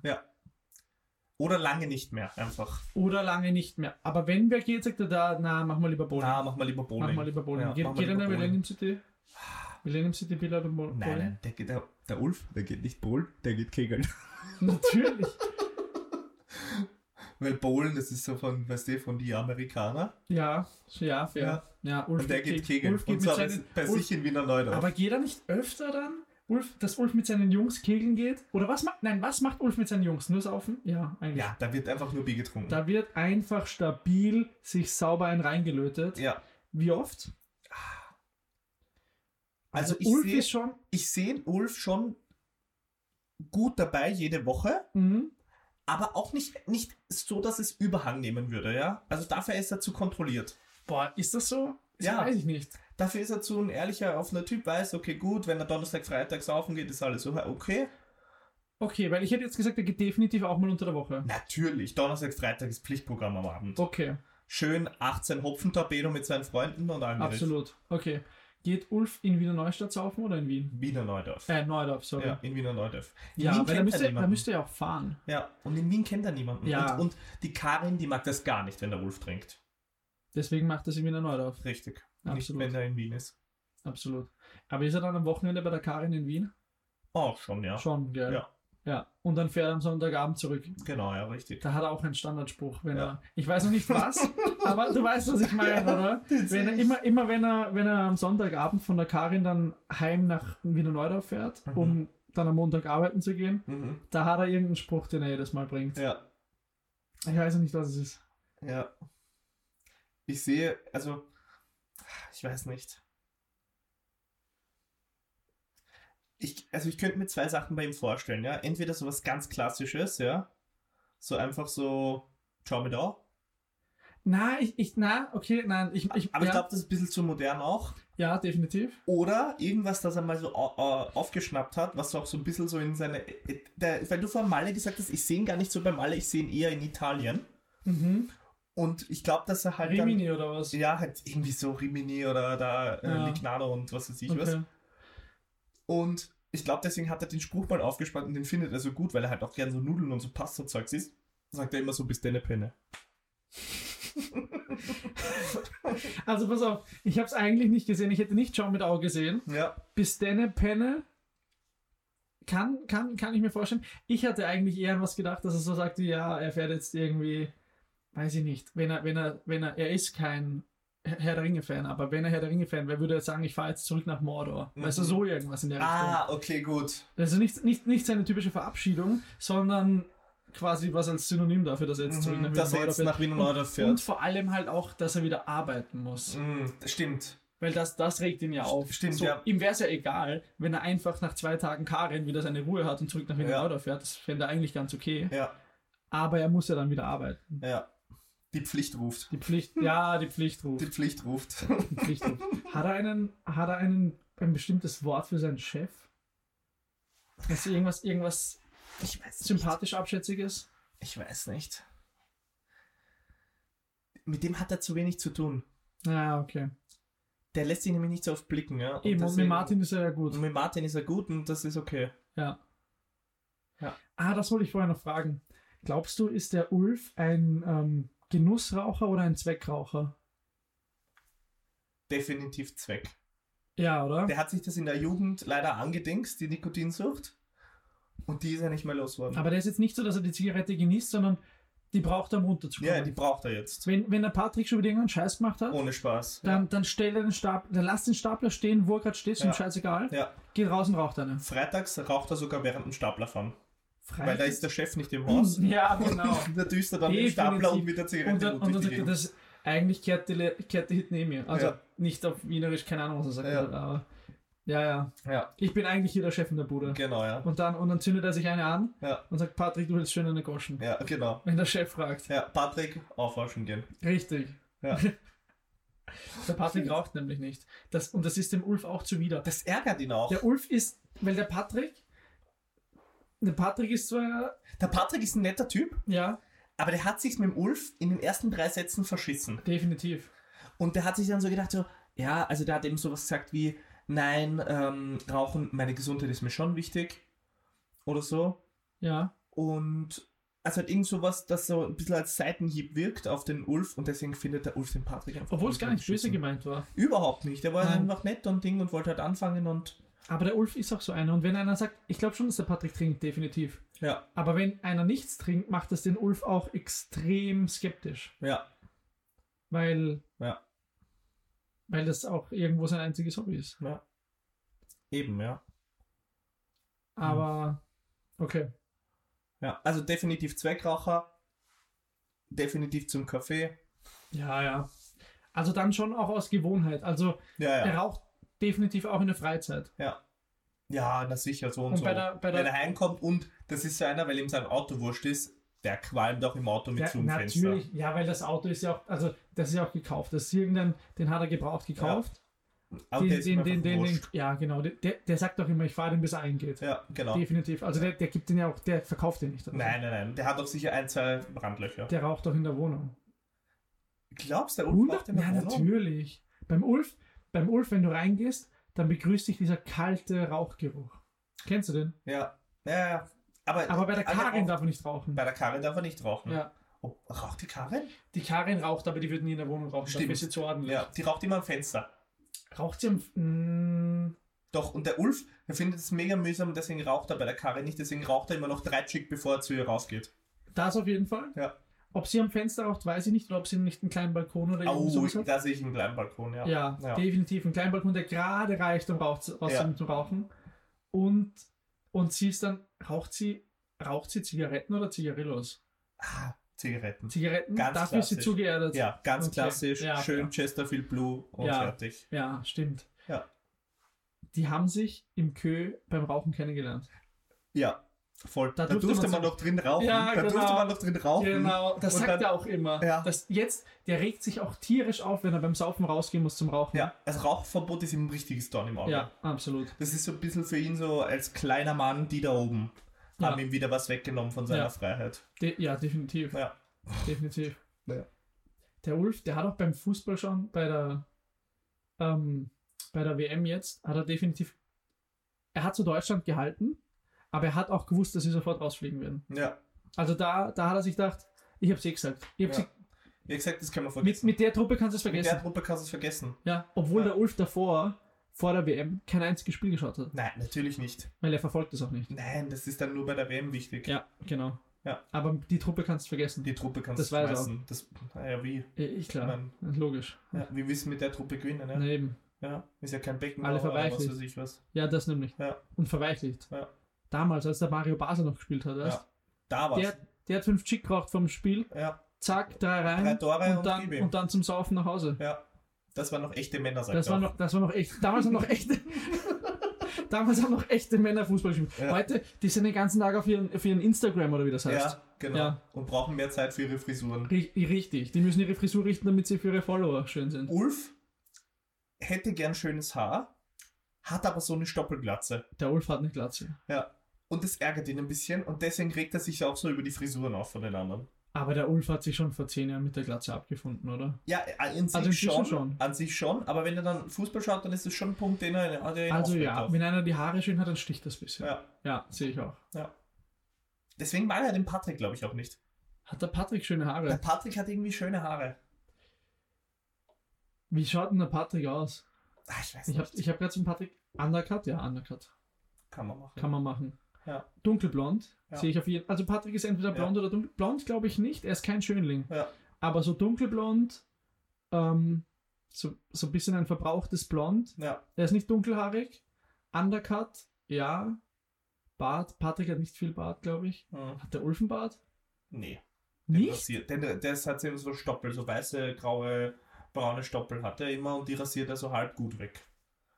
Speaker 1: Oder lange nicht mehr, einfach.
Speaker 2: Oder lange nicht mehr. Aber wenn wer geht, sagt er da, na, mach mal lieber Bowling.
Speaker 1: Na, Ah, mach mal lieber Bowling.
Speaker 2: Mach mal lieber Bowling.
Speaker 1: Ja,
Speaker 2: geht
Speaker 1: mach mal
Speaker 2: geht
Speaker 1: lieber
Speaker 2: einer
Speaker 1: Bowling.
Speaker 2: Millennium City? Millennium City Billard und Bowling?
Speaker 1: Nein, nein, der, geht, der, der Ulf, der geht nicht Bowlen, der geht Kegeln.
Speaker 2: Natürlich.
Speaker 1: Weil Bowlen, das ist so von, weißt du, von die Amerikaner.
Speaker 2: Ja, ja, fair. Ja, Ulf
Speaker 1: Und der geht
Speaker 2: Keg-
Speaker 1: Kegeln.
Speaker 2: Ulf
Speaker 1: und
Speaker 2: geht mit
Speaker 1: zwar
Speaker 2: seinen,
Speaker 1: bei, bei
Speaker 2: Ulf,
Speaker 1: sich in Wiener Neudorf.
Speaker 2: aber geht er nicht öfter dann, Ulf, dass Ulf mit seinen Jungs kegeln geht? Oder was macht, nein, was macht Ulf mit seinen Jungs? Nur saufen? Ja, eigentlich.
Speaker 1: ja, da wird einfach nur Bier getrunken.
Speaker 2: Da wird einfach stabil sich sauber ein reingelötet.
Speaker 1: ja,
Speaker 2: Wie oft?
Speaker 1: also ich
Speaker 2: Ulf
Speaker 1: sehe
Speaker 2: ist schon,
Speaker 1: ich seh Ulf schon gut dabei jede Woche,
Speaker 2: mhm,
Speaker 1: aber auch nicht, nicht so, dass es Überhang nehmen würde, ja. Also dafür ist er zu kontrolliert.
Speaker 2: boah, ist das so? Das
Speaker 1: Ja.
Speaker 2: weiß ich nicht.
Speaker 1: Dafür ist er zu ein ehrlicher, offener Typ, weiß, okay, gut, wenn er Donnerstag, Freitag saufen geht, ist alles so, okay.
Speaker 2: Okay, weil ich hätte jetzt gesagt, er geht definitiv auch mal unter der Woche.
Speaker 1: Natürlich, Donnerstag, Freitag ist Pflichtprogramm am Abend.
Speaker 2: Okay.
Speaker 1: Schön 18 Hopfentorpedo mit seinen Freunden und Angriff.
Speaker 2: Absolut. Okay. Geht Ulf in Wiener Neustadt saufen oder in Wien?
Speaker 1: Wiener Neudorf.
Speaker 2: Äh, Neudorf, sorry.
Speaker 1: Ja,
Speaker 2: Ja,
Speaker 1: in Wiener Neudorf. In Wien
Speaker 2: weil da
Speaker 1: kennt halt
Speaker 2: müsste,
Speaker 1: er
Speaker 2: da
Speaker 1: niemanden.
Speaker 2: müsste er auch fahren.
Speaker 1: Ja, und in Wien kennt er niemanden.
Speaker 2: Ja.
Speaker 1: Und, und die Karin, die mag das gar nicht, wenn der Wolf trinkt.
Speaker 2: Deswegen macht er in Wiener Neudorf.
Speaker 1: Richtig. Nicht,
Speaker 2: Absolut.
Speaker 1: wenn er in Wien ist.
Speaker 2: Absolut. Aber ist er dann am Wochenende bei der Karin in Wien?
Speaker 1: Auch schon, ja.
Speaker 2: Schon, gell?
Speaker 1: Ja.
Speaker 2: Ja. Und dann fährt er am Sonntagabend zurück.
Speaker 1: Genau, ja, richtig.
Speaker 2: Da hat er auch einen Standardspruch, wenn
Speaker 1: Ja.
Speaker 2: er. Ich weiß noch nicht was, aber du weißt, was ich meine,
Speaker 1: Ja,
Speaker 2: oder? Wenn er, immer, immer wenn er, wenn er am Sonntagabend von der Karin dann heim nach Wiener Neudorf fährt,
Speaker 1: Mhm.
Speaker 2: um dann am Montag arbeiten zu gehen,
Speaker 1: Mhm.
Speaker 2: da hat er irgendeinen Spruch, den er jedes Mal bringt.
Speaker 1: Ja,
Speaker 2: Ich weiß noch nicht, was es ist.
Speaker 1: ja. Ich sehe, also, ich weiß nicht. Ich, also ich könnte mir zwei Sachen bei ihm vorstellen, ja. Entweder so was ganz Klassisches, ja. So einfach so, schau mir da.
Speaker 2: Na, ich, ich, na, okay, nein, ich, ich,
Speaker 1: Aber
Speaker 2: ja,
Speaker 1: ich glaube, das ist ein bisschen zu modern auch.
Speaker 2: ja, definitiv.
Speaker 1: Oder irgendwas, das er mal so au- au- aufgeschnappt hat, was auch so ein bisschen so in seine. äh, Der, weil du vor Malle gesagt hast, ich sehe ihn gar nicht so bei Malle, ich sehe ihn eher in Italien.
Speaker 2: Mhm.
Speaker 1: Und ich glaube, dass er halt.
Speaker 2: Rimini oder was?
Speaker 1: Dann, ja, halt irgendwie so Rimini oder da äh,
Speaker 2: Ja.
Speaker 1: Lignano und was weiß ich was.
Speaker 2: okay.
Speaker 1: Und ich glaube, deswegen hat er den Spruch mal aufgespannt und den findet er so gut, weil er halt auch gern so Nudeln und so Pasta-Zeugs isst. Sagt er immer so, bis deine Penne.
Speaker 2: Also pass auf, ich habe es eigentlich nicht gesehen. Ich hätte nicht John mit Auge gesehen.
Speaker 1: Ja,
Speaker 2: Bis Denne Penne kann, kann, kann ich mir vorstellen. Ich hatte eigentlich eher an was gedacht, dass er so sagte, ja, er fährt jetzt irgendwie, weiß ich nicht, wenn er, wenn er, wenn er, er ist kein Herr der Ringe-Fan, aber wenn er Herr der Ringe-Fan wäre, würde er sagen, ich fahre jetzt zurück nach Mordor.
Speaker 1: Mhm.
Speaker 2: Weißt du, so irgendwas in der Richtung.
Speaker 1: Ah, okay, gut.
Speaker 2: Also nicht, nicht, nicht seine typische Verabschiedung, sondern quasi was als Synonym dafür, dass er jetzt zurück nach
Speaker 1: Mhm, dass er
Speaker 2: Wien
Speaker 1: jetzt
Speaker 2: fährt.
Speaker 1: nach Wien und Order
Speaker 2: Und
Speaker 1: fährt.
Speaker 2: vor allem halt auch, dass er wieder arbeiten muss.
Speaker 1: Mhm, stimmt.
Speaker 2: Weil das, das regt ihn ja auf.
Speaker 1: Stimmt,
Speaker 2: so,
Speaker 1: ja.
Speaker 2: Ihm wäre es ja egal, wenn er einfach nach zwei Tagen Karin wieder seine Ruhe hat und zurück nach Wien
Speaker 1: Ja.
Speaker 2: ja. fährt. Das fände er eigentlich ganz okay.
Speaker 1: Ja,
Speaker 2: Aber er muss ja dann wieder arbeiten.
Speaker 1: ja. Die Pflicht ruft.
Speaker 2: Die Pflicht, ja, die Pflicht
Speaker 1: Hm.
Speaker 2: ruft.
Speaker 1: Die Pflicht ruft.
Speaker 2: Die Pflicht ruft. Hat er, einen, hat er einen, ein bestimmtes Wort für seinen Chef? Ist irgendwas, irgendwas
Speaker 1: Ich weiß
Speaker 2: sympathisch Abschätziges?
Speaker 1: Ich weiß nicht. Mit dem hat er zu wenig zu tun.
Speaker 2: Ja, okay.
Speaker 1: Der lässt sich nämlich nicht so oft blicken, ja. Und
Speaker 2: Eben, und mit
Speaker 1: deswegen-
Speaker 2: Martin ist er ja gut.
Speaker 1: Und mit Martin ist er gut und das ist okay.
Speaker 2: Ja.
Speaker 1: Ja.
Speaker 2: Ah, das wollte ich vorher noch fragen. Glaubst du, ist der Ulf ein ähm, Genussraucher oder ein Zweckraucher?
Speaker 1: Definitiv Zweck.
Speaker 2: Ja, oder?
Speaker 1: Der hat sich das in der Jugend leider angedingst, die Nikotinsucht. Und die ist er nicht mehr losgeworden.
Speaker 2: Aber der ist jetzt nicht so, dass er die Zigarette genießt, sondern die braucht er, um runterzukommen.
Speaker 1: ja, die braucht er jetzt.
Speaker 2: wenn, wenn der Patrick schon wieder irgendeinen Scheiß gemacht hat,
Speaker 1: Ohne Spaß.
Speaker 2: dann, dann stell er den Stapler, dann lass den Stapler stehen, wo er gerade steht, ist ihm
Speaker 1: Ja.
Speaker 2: scheißegal.
Speaker 1: Ja.
Speaker 2: Geht raus und raucht eine.
Speaker 1: Freitags raucht er sogar während dem Staplerfahren. Weil da
Speaker 2: Freitag-
Speaker 1: ist der Chef nicht im Haus.
Speaker 2: Ja, genau.
Speaker 1: da düst er dann den
Speaker 2: Definitiv.
Speaker 1: Stapler und mit der
Speaker 2: Und
Speaker 1: Zigarette
Speaker 2: dann,
Speaker 1: gut
Speaker 2: und
Speaker 1: durch die
Speaker 2: dann sagt er,
Speaker 1: Gegend.
Speaker 2: das, eigentlich kehrt die, Le- kehrt die Hit neben mir. Also
Speaker 1: Ja.
Speaker 2: nicht auf Wienerisch, keine Ahnung, was er sagt.
Speaker 1: Ja.
Speaker 2: Aber, ja, ja.
Speaker 1: Ja,
Speaker 2: Ich bin eigentlich hier der Chef in der Bude.
Speaker 1: genau, ja.
Speaker 2: Und, dann, und dann zündet er sich eine an
Speaker 1: Ja.
Speaker 2: und sagt, Patrick, du willst schön eine Goschen.
Speaker 1: Ja, genau.
Speaker 2: Wenn der Chef fragt.
Speaker 1: Ja, Patrick, aufwaschen gehen.
Speaker 2: Richtig.
Speaker 1: Ja.
Speaker 2: Der Patrick raucht nämlich nicht. Das, und das ist dem Ulf auch zuwider.
Speaker 1: Das ärgert ihn auch.
Speaker 2: Der Ulf ist, weil der Patrick, der Patrick ist zwar,
Speaker 1: Der Patrick ist ein netter Typ,
Speaker 2: ja,
Speaker 1: aber der hat sich mit dem Ulf in den ersten drei Sätzen verschissen.
Speaker 2: definitiv.
Speaker 1: Und der hat sich dann so gedacht, so, ja, also der hat eben sowas gesagt wie, nein, ähm, Rauchen, meine Gesundheit ist mir schon wichtig. Oder so.
Speaker 2: Ja.
Speaker 1: Und also hat irgend sowas, das so ein bisschen als Seitenhieb wirkt auf den Ulf und deswegen findet der Ulf den Patrick einfach.
Speaker 2: Obwohl es gar nicht böse
Speaker 1: beschissen.
Speaker 2: gemeint war.
Speaker 1: Überhaupt nicht. Der war
Speaker 2: Nein.
Speaker 1: einfach nett und Ding und wollte halt anfangen und.
Speaker 2: Aber der Ulf ist auch so einer. Und wenn einer sagt, ich glaube schon, dass der Patrick trinkt, definitiv.
Speaker 1: Ja,
Speaker 2: Aber wenn einer nichts trinkt, macht das den Ulf auch extrem skeptisch.
Speaker 1: ja,
Speaker 2: Weil.
Speaker 1: Ja.
Speaker 2: Weil das auch irgendwo sein einziges Hobby ist.
Speaker 1: eben, ja.
Speaker 2: Aber.
Speaker 1: Hm.
Speaker 2: Okay.
Speaker 1: Ja, also definitiv Zweckraucher, definitiv zum Kaffee.
Speaker 2: Ja, ja. Also dann schon auch aus Gewohnheit. Also
Speaker 1: Ja,
Speaker 2: er
Speaker 1: ja.
Speaker 2: raucht definitiv auch in der Freizeit.
Speaker 1: Ja, na sicher, so und,
Speaker 2: Und
Speaker 1: so.
Speaker 2: bei der- bei der-
Speaker 1: Wenn er heimkommt und das ist so einer, weil ihm sein Auto wurscht ist, der qualmt auch im Auto mit
Speaker 2: Ja,
Speaker 1: zum Fenster.
Speaker 2: natürlich. Ja, weil das Auto ist ja auch. Also das ist ja auch gekauft. Das ist irgendein. Den hat er gebraucht gekauft.
Speaker 1: Aber der
Speaker 2: den,
Speaker 1: Ah, ist ihm
Speaker 2: den, den,
Speaker 1: einfach
Speaker 2: den, den,
Speaker 1: wurscht.
Speaker 2: ja, genau. Der, der- der sagt doch immer, ich fahre den, bis er eingeht.
Speaker 1: Ja, genau.
Speaker 2: Definitiv. Also der, der gibt den ja auch, der verkauft den nicht. Also.
Speaker 1: Nein, nein, nein. Der hat doch sicher ein, zwei Brandlöcher.
Speaker 2: Der raucht doch in der Wohnung.
Speaker 1: Glaubst du, der Ulf
Speaker 2: Hundert?
Speaker 1: macht den
Speaker 2: Ja, natürlich. Beim Ulf, beim Ulf, wenn du reingehst, dann begrüßt dich dieser kalte Rauchgeruch. Kennst du den?
Speaker 1: Ja, ja, ja. Aber,
Speaker 2: Aber bei der
Speaker 1: an
Speaker 2: Karin
Speaker 1: Rauch-
Speaker 2: darf er nicht rauchen.
Speaker 1: bei der Karin darf er nicht rauchen.
Speaker 2: Ja.
Speaker 1: Oh, raucht die Karin?
Speaker 2: Die Karin raucht, aber die wird nie in der Wohnung rauchen.
Speaker 1: Stimmt.
Speaker 2: Dafür ist sie zu ordentlich.
Speaker 1: Ja, die raucht immer am Fenster.
Speaker 2: Raucht sie am. Mm,
Speaker 1: Doch, und der Ulf, der findet es mega mühsam, deswegen raucht er bei der Karre nicht, deswegen raucht er immer noch drei Chick, bevor er zu ihr rausgeht.
Speaker 2: das auf jeden Fall.
Speaker 1: Ja.
Speaker 2: Ob sie am Fenster raucht, weiß ich nicht. Oder ob sie nicht einen kleinen Balkon oder irgendwie
Speaker 1: Au,
Speaker 2: sowas
Speaker 1: ich,
Speaker 2: hat.
Speaker 1: da sehe ich einen kleinen Balkon, ja.
Speaker 2: Ja,
Speaker 1: Ja.
Speaker 2: definitiv. Ein kleiner Balkon, der gerade reicht, um raus, raus
Speaker 1: Ja.
Speaker 2: zu rauchen. Und, und sie ist dann, raucht sie, raucht sie Zigaretten oder Zigarillos?
Speaker 1: Ah, Zigaretten.
Speaker 2: Zigaretten,
Speaker 1: Ganz
Speaker 2: dafür ist sie
Speaker 1: klassisch.
Speaker 2: zugeerdet.
Speaker 1: Ja, ganz
Speaker 2: Okay.
Speaker 1: klassisch,
Speaker 2: Ja,
Speaker 1: schön
Speaker 2: ja.
Speaker 1: Chesterfield Blue und
Speaker 2: Ja.
Speaker 1: fertig.
Speaker 2: Ja, stimmt.
Speaker 1: Ja.
Speaker 2: Die haben sich im Kö beim Rauchen kennengelernt.
Speaker 1: Ja, voll. Da, durfte, man,
Speaker 2: so-
Speaker 1: noch drin rauchen.
Speaker 2: Ja,
Speaker 1: da durfte
Speaker 2: genau.
Speaker 1: man noch drin rauchen.
Speaker 2: Genau, das
Speaker 1: Und
Speaker 2: sagt
Speaker 1: dann-
Speaker 2: er auch immer.
Speaker 1: Ja.
Speaker 2: Das, jetzt, der regt sich auch tierisch auf, wenn er beim Saufen rausgehen muss zum Rauchen.
Speaker 1: Ja, das Rauchverbot ist ihm ein richtiges Dorn im Auge.
Speaker 2: ja absolut.
Speaker 1: Das ist so ein bisschen für ihn so, als kleiner Mann, die da oben
Speaker 2: Ja.
Speaker 1: haben ihm wieder was weggenommen von seiner
Speaker 2: Ja.
Speaker 1: Freiheit.
Speaker 2: De ja, definitiv.
Speaker 1: Ja.
Speaker 2: Definitiv.
Speaker 1: Ja.
Speaker 2: Der Ulf, der hat auch beim Fußball schon, bei der, ähm, bei der WM jetzt, hat er definitiv er hat zu Deutschland gehalten, aber er hat auch gewusst, dass sie sofort rausfliegen werden.
Speaker 1: Ja.
Speaker 2: Also da, da hat er sich gedacht, ich hab's eh gesagt. Ich hab's
Speaker 1: Ja.
Speaker 2: eh-
Speaker 1: Wie gesagt, das können wir
Speaker 2: mit,
Speaker 1: vergessen.
Speaker 2: mit der Truppe kannst du es
Speaker 1: Mit
Speaker 2: vergessen.
Speaker 1: der Truppe kannst du es vergessen.
Speaker 2: Ja, obwohl
Speaker 1: Ja.
Speaker 2: der Ulf davor, vor der WM, kein einziges Spiel geschaut hat,
Speaker 1: Nein, natürlich nicht.
Speaker 2: weil er verfolgt es auch nicht.
Speaker 1: Nein, das ist dann nur bei der WM wichtig.
Speaker 2: Ja, genau.
Speaker 1: Ja.
Speaker 2: Aber die Truppe kannst du vergessen.
Speaker 1: Die Truppe kannst
Speaker 2: Das
Speaker 1: du
Speaker 2: weiß er
Speaker 1: schmeißen. Das, naja, wie?
Speaker 2: Eh, Ich
Speaker 1: Ich
Speaker 2: klar,
Speaker 1: mein,
Speaker 2: logisch.
Speaker 1: ja, wir wissen mit der Truppe gewinnen, ja.
Speaker 2: Na eben.
Speaker 1: ja. Ist ja kein Becken,
Speaker 2: Alle
Speaker 1: was
Speaker 2: verweichlicht.
Speaker 1: weiß ich was.
Speaker 2: Ja, das nämlich.
Speaker 1: Ja.
Speaker 2: Und verweichlicht.
Speaker 1: Ja.
Speaker 2: Damals, als der Mario Basel noch gespielt hat, erst.
Speaker 1: Da war's.
Speaker 2: Der, der hat fünf Chick geraucht vom Spiel,
Speaker 1: Ja,
Speaker 2: zack, drei rein
Speaker 1: Drei Tore
Speaker 2: und,
Speaker 1: und
Speaker 2: dann,
Speaker 1: gib ihm.
Speaker 2: und dann zum Saufen nach Hause.
Speaker 1: ja. Das waren noch echte Männer, sagt
Speaker 2: Das war,
Speaker 1: er.
Speaker 2: noch, das war noch echt. Damals haben noch echte. damals haben noch echte Männer Fußball gespielt.
Speaker 1: Ja.
Speaker 2: Heute, die sind den ganzen Tag auf ihren, auf ihren Instagram oder wie das heißt.
Speaker 1: Ja, genau.
Speaker 2: Ja.
Speaker 1: Und brauchen mehr Zeit für ihre Frisuren.
Speaker 2: Ri richtig. Die müssen ihre Frisur richten, damit sie für ihre Follower schön sind.
Speaker 1: Ulf hätte gern schönes Haar, hat aber so eine Stoppelglatze.
Speaker 2: Der Ulf hat eine Glatze.
Speaker 1: Und das ärgert ihn ein bisschen und deswegen regt er sich auch so über die Frisuren auf von den anderen.
Speaker 2: Aber der Ulf hat sich schon vor zehn Jahren mit der Glatze abgefunden, oder?
Speaker 1: Ja, an sich
Speaker 2: Also inzwischen
Speaker 1: schon,
Speaker 2: schon.
Speaker 1: An sich schon, aber wenn er dann Fußball schaut, dann ist das schon ein Punkt, den er, den er
Speaker 2: also
Speaker 1: aufregt
Speaker 2: ja,
Speaker 1: auf.
Speaker 2: wenn einer die Haare schön hat, dann sticht das bisschen.
Speaker 1: ja.
Speaker 2: Ja, sehe ich auch.
Speaker 1: Deswegen mag er den Patrick, glaube ich, auch nicht.
Speaker 2: Hat der Patrick schöne
Speaker 1: Der
Speaker 2: Haare?
Speaker 1: Patrick hat irgendwie schöne Haare.
Speaker 2: Wie schaut denn der Patrick aus?
Speaker 1: Ach, Ah, ich weiß
Speaker 2: Ich
Speaker 1: nicht.
Speaker 2: habe ich hab gerade zum Patrick Undercut, ja, Undercut.
Speaker 1: Kann man machen.
Speaker 2: Kann man machen.
Speaker 1: Ja.
Speaker 2: Dunkelblond
Speaker 1: Ja.
Speaker 2: sehe ich auf jeden Fall. Also Patrick ist entweder
Speaker 1: Ja.
Speaker 2: blond oder dunkel. Blond glaube ich nicht, er ist kein Schönling.
Speaker 1: Ja.
Speaker 2: Aber so dunkelblond, ähm, so, so ein bisschen ein verbrauchtes Blond.
Speaker 1: Ja,
Speaker 2: Er ist nicht dunkelhaarig. Undercut, ja. Bart, Patrick hat nicht viel Bart, glaube ich.
Speaker 1: hm.
Speaker 2: Hat der Ulfenbart?
Speaker 1: nee. Den
Speaker 2: Nicht?
Speaker 1: Rasiert. Den, der der hat immer so Stoppel, so weiße, graue, braune Stoppel hat er immer und die rasiert er so halb gut weg.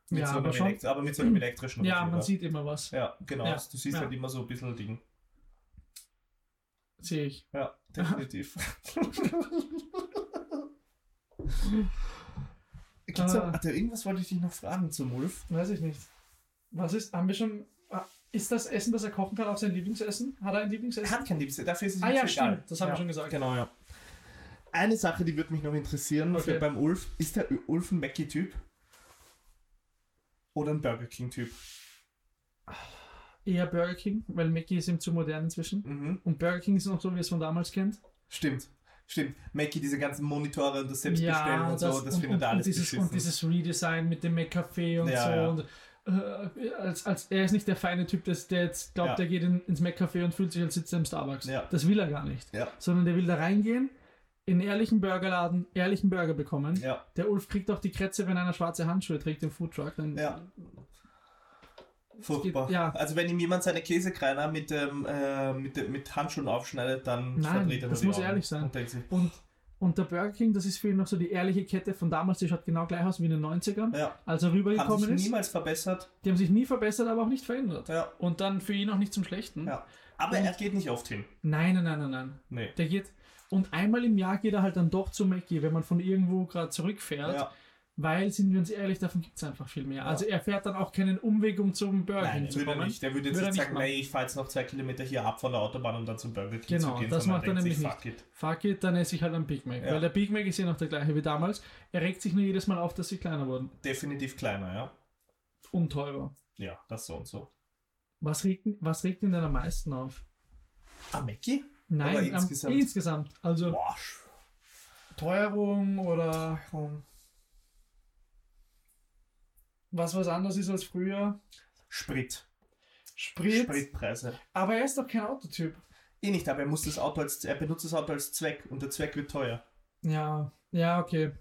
Speaker 1: Mit
Speaker 2: Ja,
Speaker 1: so einem
Speaker 2: aber schon-
Speaker 1: Elekt- aber mit so einem elektrischen
Speaker 2: Ja,
Speaker 1: Rasierer.
Speaker 2: man sieht immer was.
Speaker 1: Ja, genau.
Speaker 2: Ja,
Speaker 1: Du siehst
Speaker 2: ja.
Speaker 1: halt immer so ein bisschen Ding.
Speaker 2: Sehe ich.
Speaker 1: Ja, definitiv. Gibt's
Speaker 2: Ah.
Speaker 1: noch, hat er irgendwas wollte ich dich noch fragen zum Wolf?
Speaker 2: Weiß ich nicht. Was ist, haben wir schon, ah, ist das Essen, das er kochen kann, auch sein Lieblingsessen? Hat er ein
Speaker 1: Er
Speaker 2: Lieblingsessen?
Speaker 1: hat kein Lieblings, dafür ist es
Speaker 2: Ah
Speaker 1: ihm
Speaker 2: ja,
Speaker 1: so egal.
Speaker 2: stimmt, das haben wir
Speaker 1: Ja,
Speaker 2: schon gesagt.
Speaker 1: Genau, ja. Eine Sache, die würde mich noch interessieren
Speaker 2: Okay.
Speaker 1: für, beim Ulf, ist der Ö- Ulf ein Mackie-Typ? Oder ein Burger King-Typ?
Speaker 2: Eher Burger King, weil Mickey ist ihm zu modern inzwischen.
Speaker 1: Mhm.
Speaker 2: Und Burger King ist noch so, wie es von damals kennt.
Speaker 1: Stimmt, stimmt. Mackie, diese ganzen Monitore und das Selbstbestellen und so, das findet er alles
Speaker 2: und dieses,
Speaker 1: beschissen.
Speaker 2: und dieses Redesign mit dem McCafé und
Speaker 1: Ja,
Speaker 2: so.
Speaker 1: ja.
Speaker 2: Und, äh, als, als, er ist nicht der feine Typ, der, der jetzt glaubt,
Speaker 1: Ja.
Speaker 2: er geht in, ins McCafé und fühlt sich, als sitzt er im Starbucks.
Speaker 1: Ja.
Speaker 2: Das will er gar nicht.
Speaker 1: Ja.
Speaker 2: Sondern der will da reingehen, in einen ehrlichen Burgerladen, ehrlichen Burger bekommen.
Speaker 1: ja,
Speaker 2: Der Ulf kriegt auch die Krätze, wenn einer schwarze Handschuhe trägt im Foodtruck. Dann
Speaker 1: ja. Furchtbar.
Speaker 2: geht- ja.
Speaker 1: Also wenn ihm jemand seine Käsekreiner mit, ähm, äh, mit, dem- mit Handschuhen aufschneidet, dann
Speaker 2: Nein,
Speaker 1: verdreht er
Speaker 2: das
Speaker 1: die
Speaker 2: muss
Speaker 1: Augen
Speaker 2: ehrlich sein.
Speaker 1: Und denkt sich,
Speaker 2: Und, und der Burger King, das ist für ihn noch so die ehrliche Kette von damals, die schaut genau gleich aus wie in den 90ern,
Speaker 1: ja,
Speaker 2: als er
Speaker 1: haben
Speaker 2: rübergekommen
Speaker 1: sich
Speaker 2: ist.
Speaker 1: niemals verbessert.
Speaker 2: Die haben sich nie verbessert, aber auch nicht verändert.
Speaker 1: Ja.
Speaker 2: Und dann für ihn auch nicht zum Schlechten.
Speaker 1: Ja. Aber
Speaker 2: Und-
Speaker 1: er geht nicht oft hin.
Speaker 2: Nein, nein, nein, nein, nein.
Speaker 1: Nee.
Speaker 2: Der geht. Und einmal im Jahr geht er halt dann doch zu Mackie, wenn man von irgendwo gerade zurückfährt.
Speaker 1: Ja.
Speaker 2: Weil, sind wir uns ehrlich, davon gibt es einfach viel mehr. Also er fährt dann auch keinen Umweg, um zum Burger
Speaker 1: Nein,
Speaker 2: King
Speaker 1: er
Speaker 2: zu
Speaker 1: würde
Speaker 2: kommen.
Speaker 1: nicht. Der würde jetzt
Speaker 2: Würde er
Speaker 1: nicht
Speaker 2: nicht
Speaker 1: sagen,
Speaker 2: machen.
Speaker 1: nee, ich fahre jetzt noch zwei Kilometer hier ab von der Autobahn, um dann zum Burger King
Speaker 2: Genau,
Speaker 1: zu gehen.
Speaker 2: das
Speaker 1: sondern
Speaker 2: macht er
Speaker 1: denkt
Speaker 2: nämlich
Speaker 1: sich,
Speaker 2: nicht.
Speaker 1: Fuck it.
Speaker 2: Fuck it, dann esse ich halt einen Big Mac.
Speaker 1: Ja.
Speaker 2: Weil der Big Mac ist ja noch der gleiche wie damals. Er regt sich nur jedes Mal auf, dass sie kleiner wurden.
Speaker 1: Definitiv kleiner, ja.
Speaker 2: Und teurer.
Speaker 1: Ja, das so und so.
Speaker 2: Was regt, was regt ihn denn am meisten auf?
Speaker 1: Ah, Mackie?
Speaker 2: Nein,
Speaker 1: Oder
Speaker 2: am-
Speaker 1: insgesamt?
Speaker 2: insgesamt. Also
Speaker 1: Boah,
Speaker 2: Teuerung oder was was anderes ist als früher.
Speaker 1: Sprit.
Speaker 2: Sprit.
Speaker 1: Spritpreise.
Speaker 2: Aber er ist doch kein Autotyp.
Speaker 1: Eh nicht, aber er, muss das Auto als, er benutzt das Auto als Zweck und der Zweck wird teuer.
Speaker 2: Ja, ja, okay.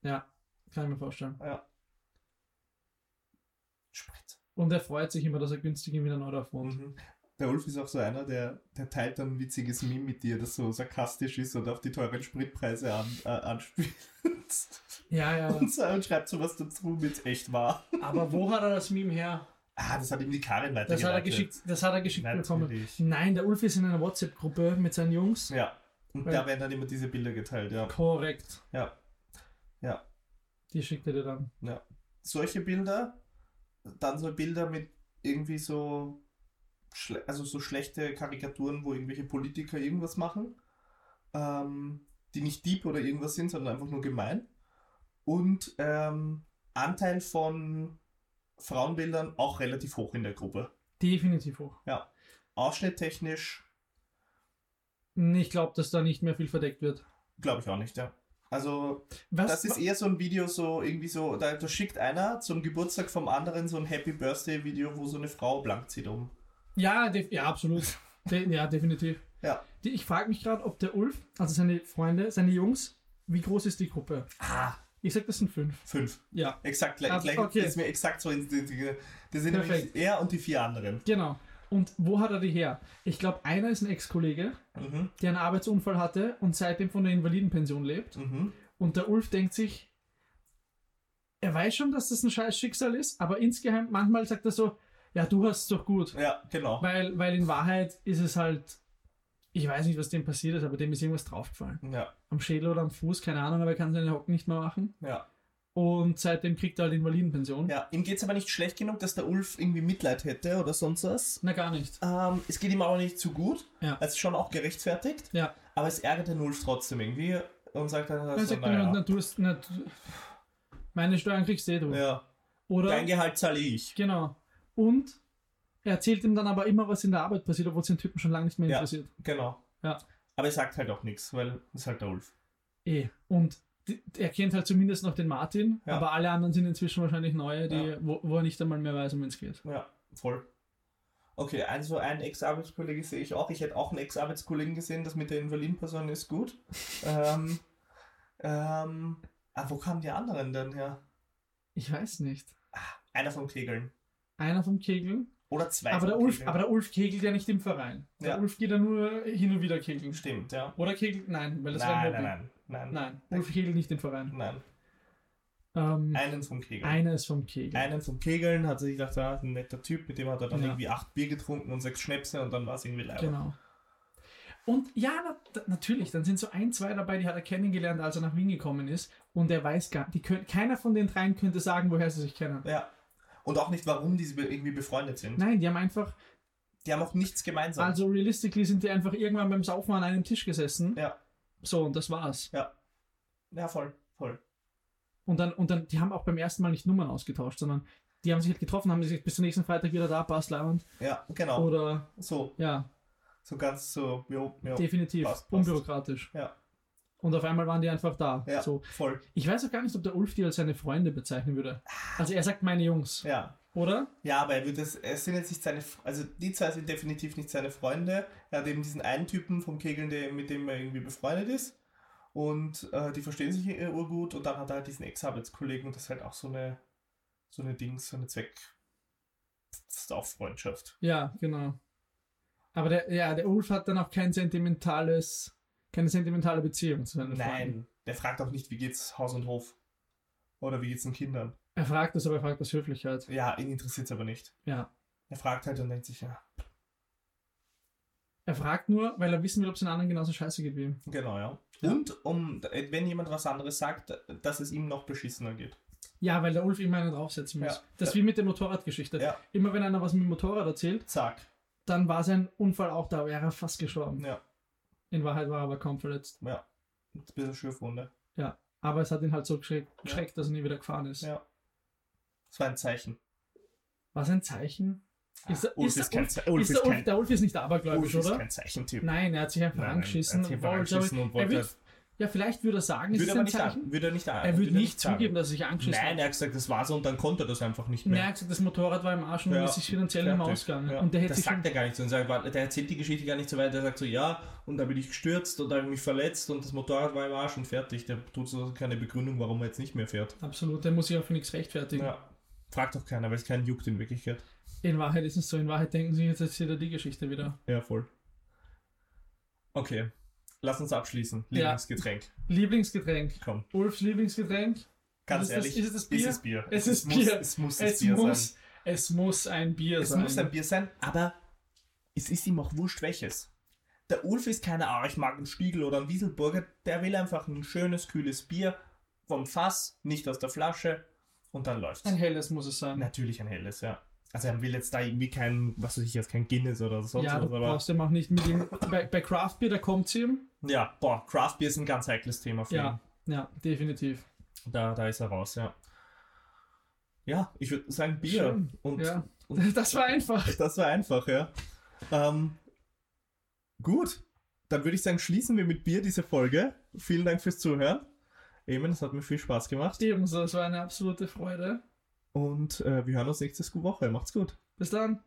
Speaker 2: Ja, kann ich mir vorstellen.
Speaker 1: Sprit.
Speaker 2: Und er freut sich immer, dass er günstig in Wiener Neudorf wohnt.
Speaker 1: Mhm. Der Ulf ist auch so einer, der, der teilt dann ein witziges Meme mit dir, das so sarkastisch ist und auf die teuren Spritpreise an, äh, anspielt.
Speaker 2: Ja, ja.
Speaker 1: Und, so, und schreibt sowas dazu mit echt wahr.
Speaker 2: Aber wo hat er das Meme her?
Speaker 1: Ah, das hat ihm die Karin
Speaker 2: Das hat er
Speaker 1: weitergeleitet.
Speaker 2: geschickt, das hat er geschickt bekommen.
Speaker 1: Natürlich.
Speaker 2: Nein, der Ulf ist in einer WhatsApp-Gruppe mit seinen Jungs.
Speaker 1: Ja. Und
Speaker 2: Ja.
Speaker 1: da werden dann immer diese Bilder geteilt, ja.
Speaker 2: Korrekt.
Speaker 1: Ja. Ja.
Speaker 2: Die schickt er dir dann.
Speaker 1: Solche Bilder, dann so Bilder mit irgendwie so, schle also so schlechte Karikaturen, wo irgendwelche Politiker irgendwas machen, ähm, die nicht deep oder irgendwas sind, sondern einfach nur gemein. Und ähm, Anteil von Frauenbildern auch relativ hoch in der Gruppe.
Speaker 2: Definitiv hoch.
Speaker 1: Ausschnitttechnisch
Speaker 2: Ich glaube, dass da nicht mehr viel verdeckt wird.
Speaker 1: glaube ich auch nicht, ja. Also,
Speaker 2: Was,
Speaker 1: das ist eher so ein Video, so irgendwie so, da, da schickt einer zum Geburtstag vom anderen so ein Happy Birthday Video, wo so eine Frau blank zieht um.
Speaker 2: Ja, def ja absolut. De ja, definitiv.
Speaker 1: Ja.
Speaker 2: Die, ich frage mich gerade, ob der Ulf, also seine Freunde, seine Jungs, wie groß ist die Gruppe?
Speaker 1: Ah,
Speaker 2: Ich sag, das sind fünf.
Speaker 1: fünf.
Speaker 2: Ja,
Speaker 1: Exakt gleich.
Speaker 2: Ah,
Speaker 1: gleich
Speaker 2: okay.
Speaker 1: Ist mir exakt so. in- die- die- Das sind nämlich
Speaker 2: Perfekt.
Speaker 1: er und die vier anderen.
Speaker 2: genau. Und wo hat er die her? Ich glaube, einer ist ein Ex-Kollege,
Speaker 1: Mhm,
Speaker 2: der einen Arbeitsunfall hatte und seitdem von der Invalidenpension lebt.
Speaker 1: mhm.
Speaker 2: Und der Ulf denkt sich, er weiß schon, dass das ein scheiß Schicksal ist, aber insgeheim manchmal sagt er so, ja, du hast es doch gut.
Speaker 1: Ja, genau.
Speaker 2: Weil, weil in Wahrheit ist es halt, ich weiß nicht, was dem passiert ist, aber dem ist irgendwas draufgefallen.
Speaker 1: Ja,
Speaker 2: am Schädel oder am Fuß, keine Ahnung, aber er kann seine Hocken nicht mehr machen.
Speaker 1: ja.
Speaker 2: Und seitdem kriegt er halt Invalidenpension.
Speaker 1: Ja, ihm geht es aber nicht schlecht genug, dass der Ulf irgendwie Mitleid hätte oder sonst was.
Speaker 2: Na gar nicht.
Speaker 1: Ähm, es geht ihm aber nicht zu gut.
Speaker 2: Ja.
Speaker 1: Also schon auch gerechtfertigt.
Speaker 2: Ja.
Speaker 1: Aber es ärgert den Ulf trotzdem irgendwie und sagt dann,
Speaker 2: Dann halt
Speaker 1: also,
Speaker 2: sagt man, na,
Speaker 1: naja.
Speaker 2: du hast, na, du, meine Steuern kriegst eh du.
Speaker 1: Ja.
Speaker 2: Oder?
Speaker 1: Dein Gehalt zahle ich.
Speaker 2: Genau. Und er erzählt ihm dann aber immer, was in der Arbeit passiert, obwohl es den Typen schon lange nicht mehr
Speaker 1: Ja.
Speaker 2: interessiert.
Speaker 1: Genau.
Speaker 2: Ja.
Speaker 1: Aber er sagt halt auch nichts, weil es ist halt der Ulf.
Speaker 2: Eh. Und die- er kennt halt zumindest noch den Martin,
Speaker 1: Ja.
Speaker 2: aber alle anderen sind inzwischen wahrscheinlich neue, die,
Speaker 1: Ja.
Speaker 2: wo, wo er nicht einmal mehr weiß, um wen es geht.
Speaker 1: Ja, voll. Okay, also einen Ex-Arbeitskollege sehe ich auch. Ich hätte auch einen Ex-Arbeitskollegen gesehen, das mit der Invalidenperson ist gut. ähm, ähm, ah, wo kamen die anderen denn her?
Speaker 2: Ich weiß nicht.
Speaker 1: Einer vom Kegeln.
Speaker 2: Einer vom Kegel.
Speaker 1: Oder zwei
Speaker 2: Aber
Speaker 1: vom
Speaker 2: der, Ulf,
Speaker 1: Kegeln.
Speaker 2: aber der Ulf kegelt ja nicht im Verein. Der
Speaker 1: Ja.
Speaker 2: Ulf geht ja nur hin und wieder kegeln.
Speaker 1: Stimmt, ja.
Speaker 2: Oder Kegel? Nein, weil das war ein
Speaker 1: Nein,
Speaker 2: Hobby.
Speaker 1: nein, nein, nein, nein.
Speaker 2: Nein, Ulf Kegel nicht im Verein. Ähm,
Speaker 1: Einen vom Kegeln.
Speaker 2: einer ist vom Kegel.
Speaker 1: Einen vom Kegeln hat sich gedacht, da ist ein netter Typ, mit dem hat er dann
Speaker 2: Ja.
Speaker 1: irgendwie acht Bier getrunken und sechs Schnäpse und dann war es irgendwie leider.
Speaker 2: Genau. Und ja, na, d- natürlich, dann sind so ein, zwei dabei, die hat er kennengelernt, als er nach Wien gekommen ist. Und er weiß gar die können, keiner von den dreien könnte sagen, woher sie sich kennen.
Speaker 1: Ja. Und auch nicht, warum die be- irgendwie befreundet sind.
Speaker 2: Nein, die haben einfach,
Speaker 1: Die haben auch nichts gemeinsam.
Speaker 2: also realistically sind die einfach irgendwann beim Saufen an einem Tisch gesessen.
Speaker 1: Ja.
Speaker 2: So, und das war's. Also-
Speaker 1: ja, voll, voll.
Speaker 2: Und dann, und dann, die haben auch beim ersten Mal nicht Nummern ausgetauscht, sondern die haben sich halt getroffen, haben sich bis zum nächsten Freitag wieder da, passt Leimand.
Speaker 1: Ja, genau.
Speaker 2: Oder,
Speaker 1: So,
Speaker 2: ja,
Speaker 1: so ganz so, jo, jo.
Speaker 2: Definitiv,
Speaker 1: passt, passt.
Speaker 2: unbürokratisch.
Speaker 1: Ja.
Speaker 2: Und auf einmal waren die einfach da.
Speaker 1: Ja,
Speaker 2: So.
Speaker 1: voll.
Speaker 2: Ich weiß auch gar nicht, ob der Ulf die als seine Freunde bezeichnen würde. Also er sagt meine Jungs,
Speaker 1: Ah. Ja.
Speaker 2: oder?
Speaker 1: Ja, aber er wird das, es sind jetzt nicht seine, F- also die zwei sind definitiv nicht seine Freunde. Er hat eben diesen einen Typen vom Kegeln, der, mit dem er irgendwie befreundet ist. Und äh, die verstehen sich eh urgut und dann hat er halt diesen Ex-Arbeitskollegen und das ist halt auch so eine, so eine Dings, so eine Zweck. Das ist auch Freundschaft.
Speaker 2: Ja, genau. Aber der, ja, der Ulf hat dann auch kein sentimentales, keine sentimentale Beziehung zu seinen Freunden.
Speaker 1: Nein, der fragt auch nicht, wie geht's Haus und Hof? Oder wie geht's den Kindern?
Speaker 2: Er fragt das, halt. aber er fragt aus Höflichkeit.
Speaker 1: Ja, ihn interessiert's aber nicht.
Speaker 2: Ja.
Speaker 1: Er fragt halt und denkt sich, ja,
Speaker 2: Er fragt nur, weil er wissen will, ob es den anderen genauso scheiße geht wie ihm.
Speaker 1: Genau, ja.
Speaker 2: Ja.
Speaker 1: Und um, wenn jemand was anderes sagt, dass es ihm noch beschissener geht.
Speaker 2: Ja, weil der Ulf immer einen draufsetzen muss.
Speaker 1: Ja.
Speaker 2: Das ist wie mit der Motorradgeschichte.
Speaker 1: Ja.
Speaker 2: Immer wenn einer was mit dem Motorrad erzählt,
Speaker 1: Zack.
Speaker 2: dann war sein Unfall auch da, wäre er fast gestorben.
Speaker 1: Ja.
Speaker 2: In Wahrheit war er aber kaum verletzt.
Speaker 1: Ein bisschen Schürfwunde.
Speaker 2: Aber es hat ihn halt so geschreckt, geschreckt dass er nie wieder gefahren ist.
Speaker 1: Ja. Das war ein Zeichen.
Speaker 2: Was ein Zeichen? Ist der-
Speaker 1: Ah, Ulf
Speaker 2: ist der
Speaker 1: kein
Speaker 2: Ulf-
Speaker 1: Ze- Ulf
Speaker 2: ist der, Ulf, der Ulf ist nicht
Speaker 1: Ulf
Speaker 2: abergläubisch,
Speaker 1: ist
Speaker 2: oder?
Speaker 1: kein Zeichentyp.
Speaker 2: Nein, er hat sich einfach
Speaker 1: Nein, nein,
Speaker 2: angeschissen.
Speaker 1: er hat sich
Speaker 2: und wollte,
Speaker 1: angeschissen
Speaker 2: aber-
Speaker 1: und
Speaker 2: er
Speaker 1: wollte-
Speaker 2: wird, ja, vielleicht würde er sagen, es
Speaker 1: Würde
Speaker 2: ist
Speaker 1: aber
Speaker 2: ein
Speaker 1: nicht
Speaker 2: Zeichen.
Speaker 1: an. Würde er nicht an.
Speaker 2: Er würde
Speaker 1: er
Speaker 2: nicht
Speaker 1: sagen.
Speaker 2: zugeben, dass er sich angeschissen
Speaker 1: Nein,
Speaker 2: hat.
Speaker 1: er hat gesagt, das war so und dann konnte er das einfach nicht
Speaker 2: Nein, er
Speaker 1: mehr.
Speaker 2: hat gesagt, das Motorrad war im Arsch und
Speaker 1: Ja.
Speaker 2: ist sich finanziell
Speaker 1: Fertig.
Speaker 2: im Ausgang.
Speaker 1: Ja.
Speaker 2: Und der hätte
Speaker 1: das
Speaker 2: sich schon,
Speaker 1: sagt er gar nicht so. Und sagt, warte, Der erzählt die Geschichte gar nicht so weiter. Er sagt so, ja, und da bin ich gestürzt und da habe ich mich verletzt und das Motorrad war im Arsch und fertig. Der tut so keine Begründung, warum er jetzt nicht mehr fährt.
Speaker 2: absolut, der muss sich auch für nichts rechtfertigen.
Speaker 1: Ja. Fragt doch keiner, weil es keinen juckt in Wirklichkeit.
Speaker 2: In Wahrheit ist es so, in Wahrheit denken sie, jetzt erzählt er die Geschichte wieder.
Speaker 1: Ja, voll. Okay, lass uns abschließen.
Speaker 2: Ja.
Speaker 1: Lieblingsgetränk,
Speaker 2: Lieblingsgetränk.
Speaker 1: komm.
Speaker 2: Ulfs Lieblingsgetränk.
Speaker 1: Ganz
Speaker 2: Ist es das-
Speaker 1: ehrlich,
Speaker 2: ist es das Bier?
Speaker 1: es Bier.
Speaker 2: Es ist
Speaker 1: muss,
Speaker 2: Bier.
Speaker 1: Es muss das
Speaker 2: Es
Speaker 1: Bier
Speaker 2: muss,
Speaker 1: sein.
Speaker 2: es muss ein Bier
Speaker 1: Es
Speaker 2: sein.
Speaker 1: muss ein Bier sein, aber es ist ihm auch wurscht welches. Der Ulf ist keine, ah, ich mag einen Stiegel oder einen Wieselburger, der will einfach ein schönes, kühles Bier vom Fass, nicht aus der Flasche und dann läuft's.
Speaker 2: Ein helles muss es sein.
Speaker 1: Natürlich ein helles, ja. Also er will jetzt da irgendwie kein, was weiß ich jetzt, kein Guinness oder sonst
Speaker 2: ja, du
Speaker 1: was, aber
Speaker 2: brauchst dem auch nicht mit ihm. Bei, bei Craft Beer, da kommt es ihm.
Speaker 1: ja, boah, Craft Beer ist ein ganz heikles Thema für ihn.
Speaker 2: Ja, ja, definitiv.
Speaker 1: Da, da ist er raus, ja. Ja, ich würde sagen Bier.
Speaker 2: Schön.
Speaker 1: Und
Speaker 2: ja. Das war einfach.
Speaker 1: das war einfach, ja. Ähm, gut, dann würde ich sagen, schließen wir mit Bier diese Folge. Vielen Dank fürs Zuhören. Eben, es hat mir viel Spaß gemacht.
Speaker 2: Ebenso, es war eine absolute Freude.
Speaker 1: Und äh, wir hören uns nächste Woche. Macht's gut.
Speaker 2: Bis dann.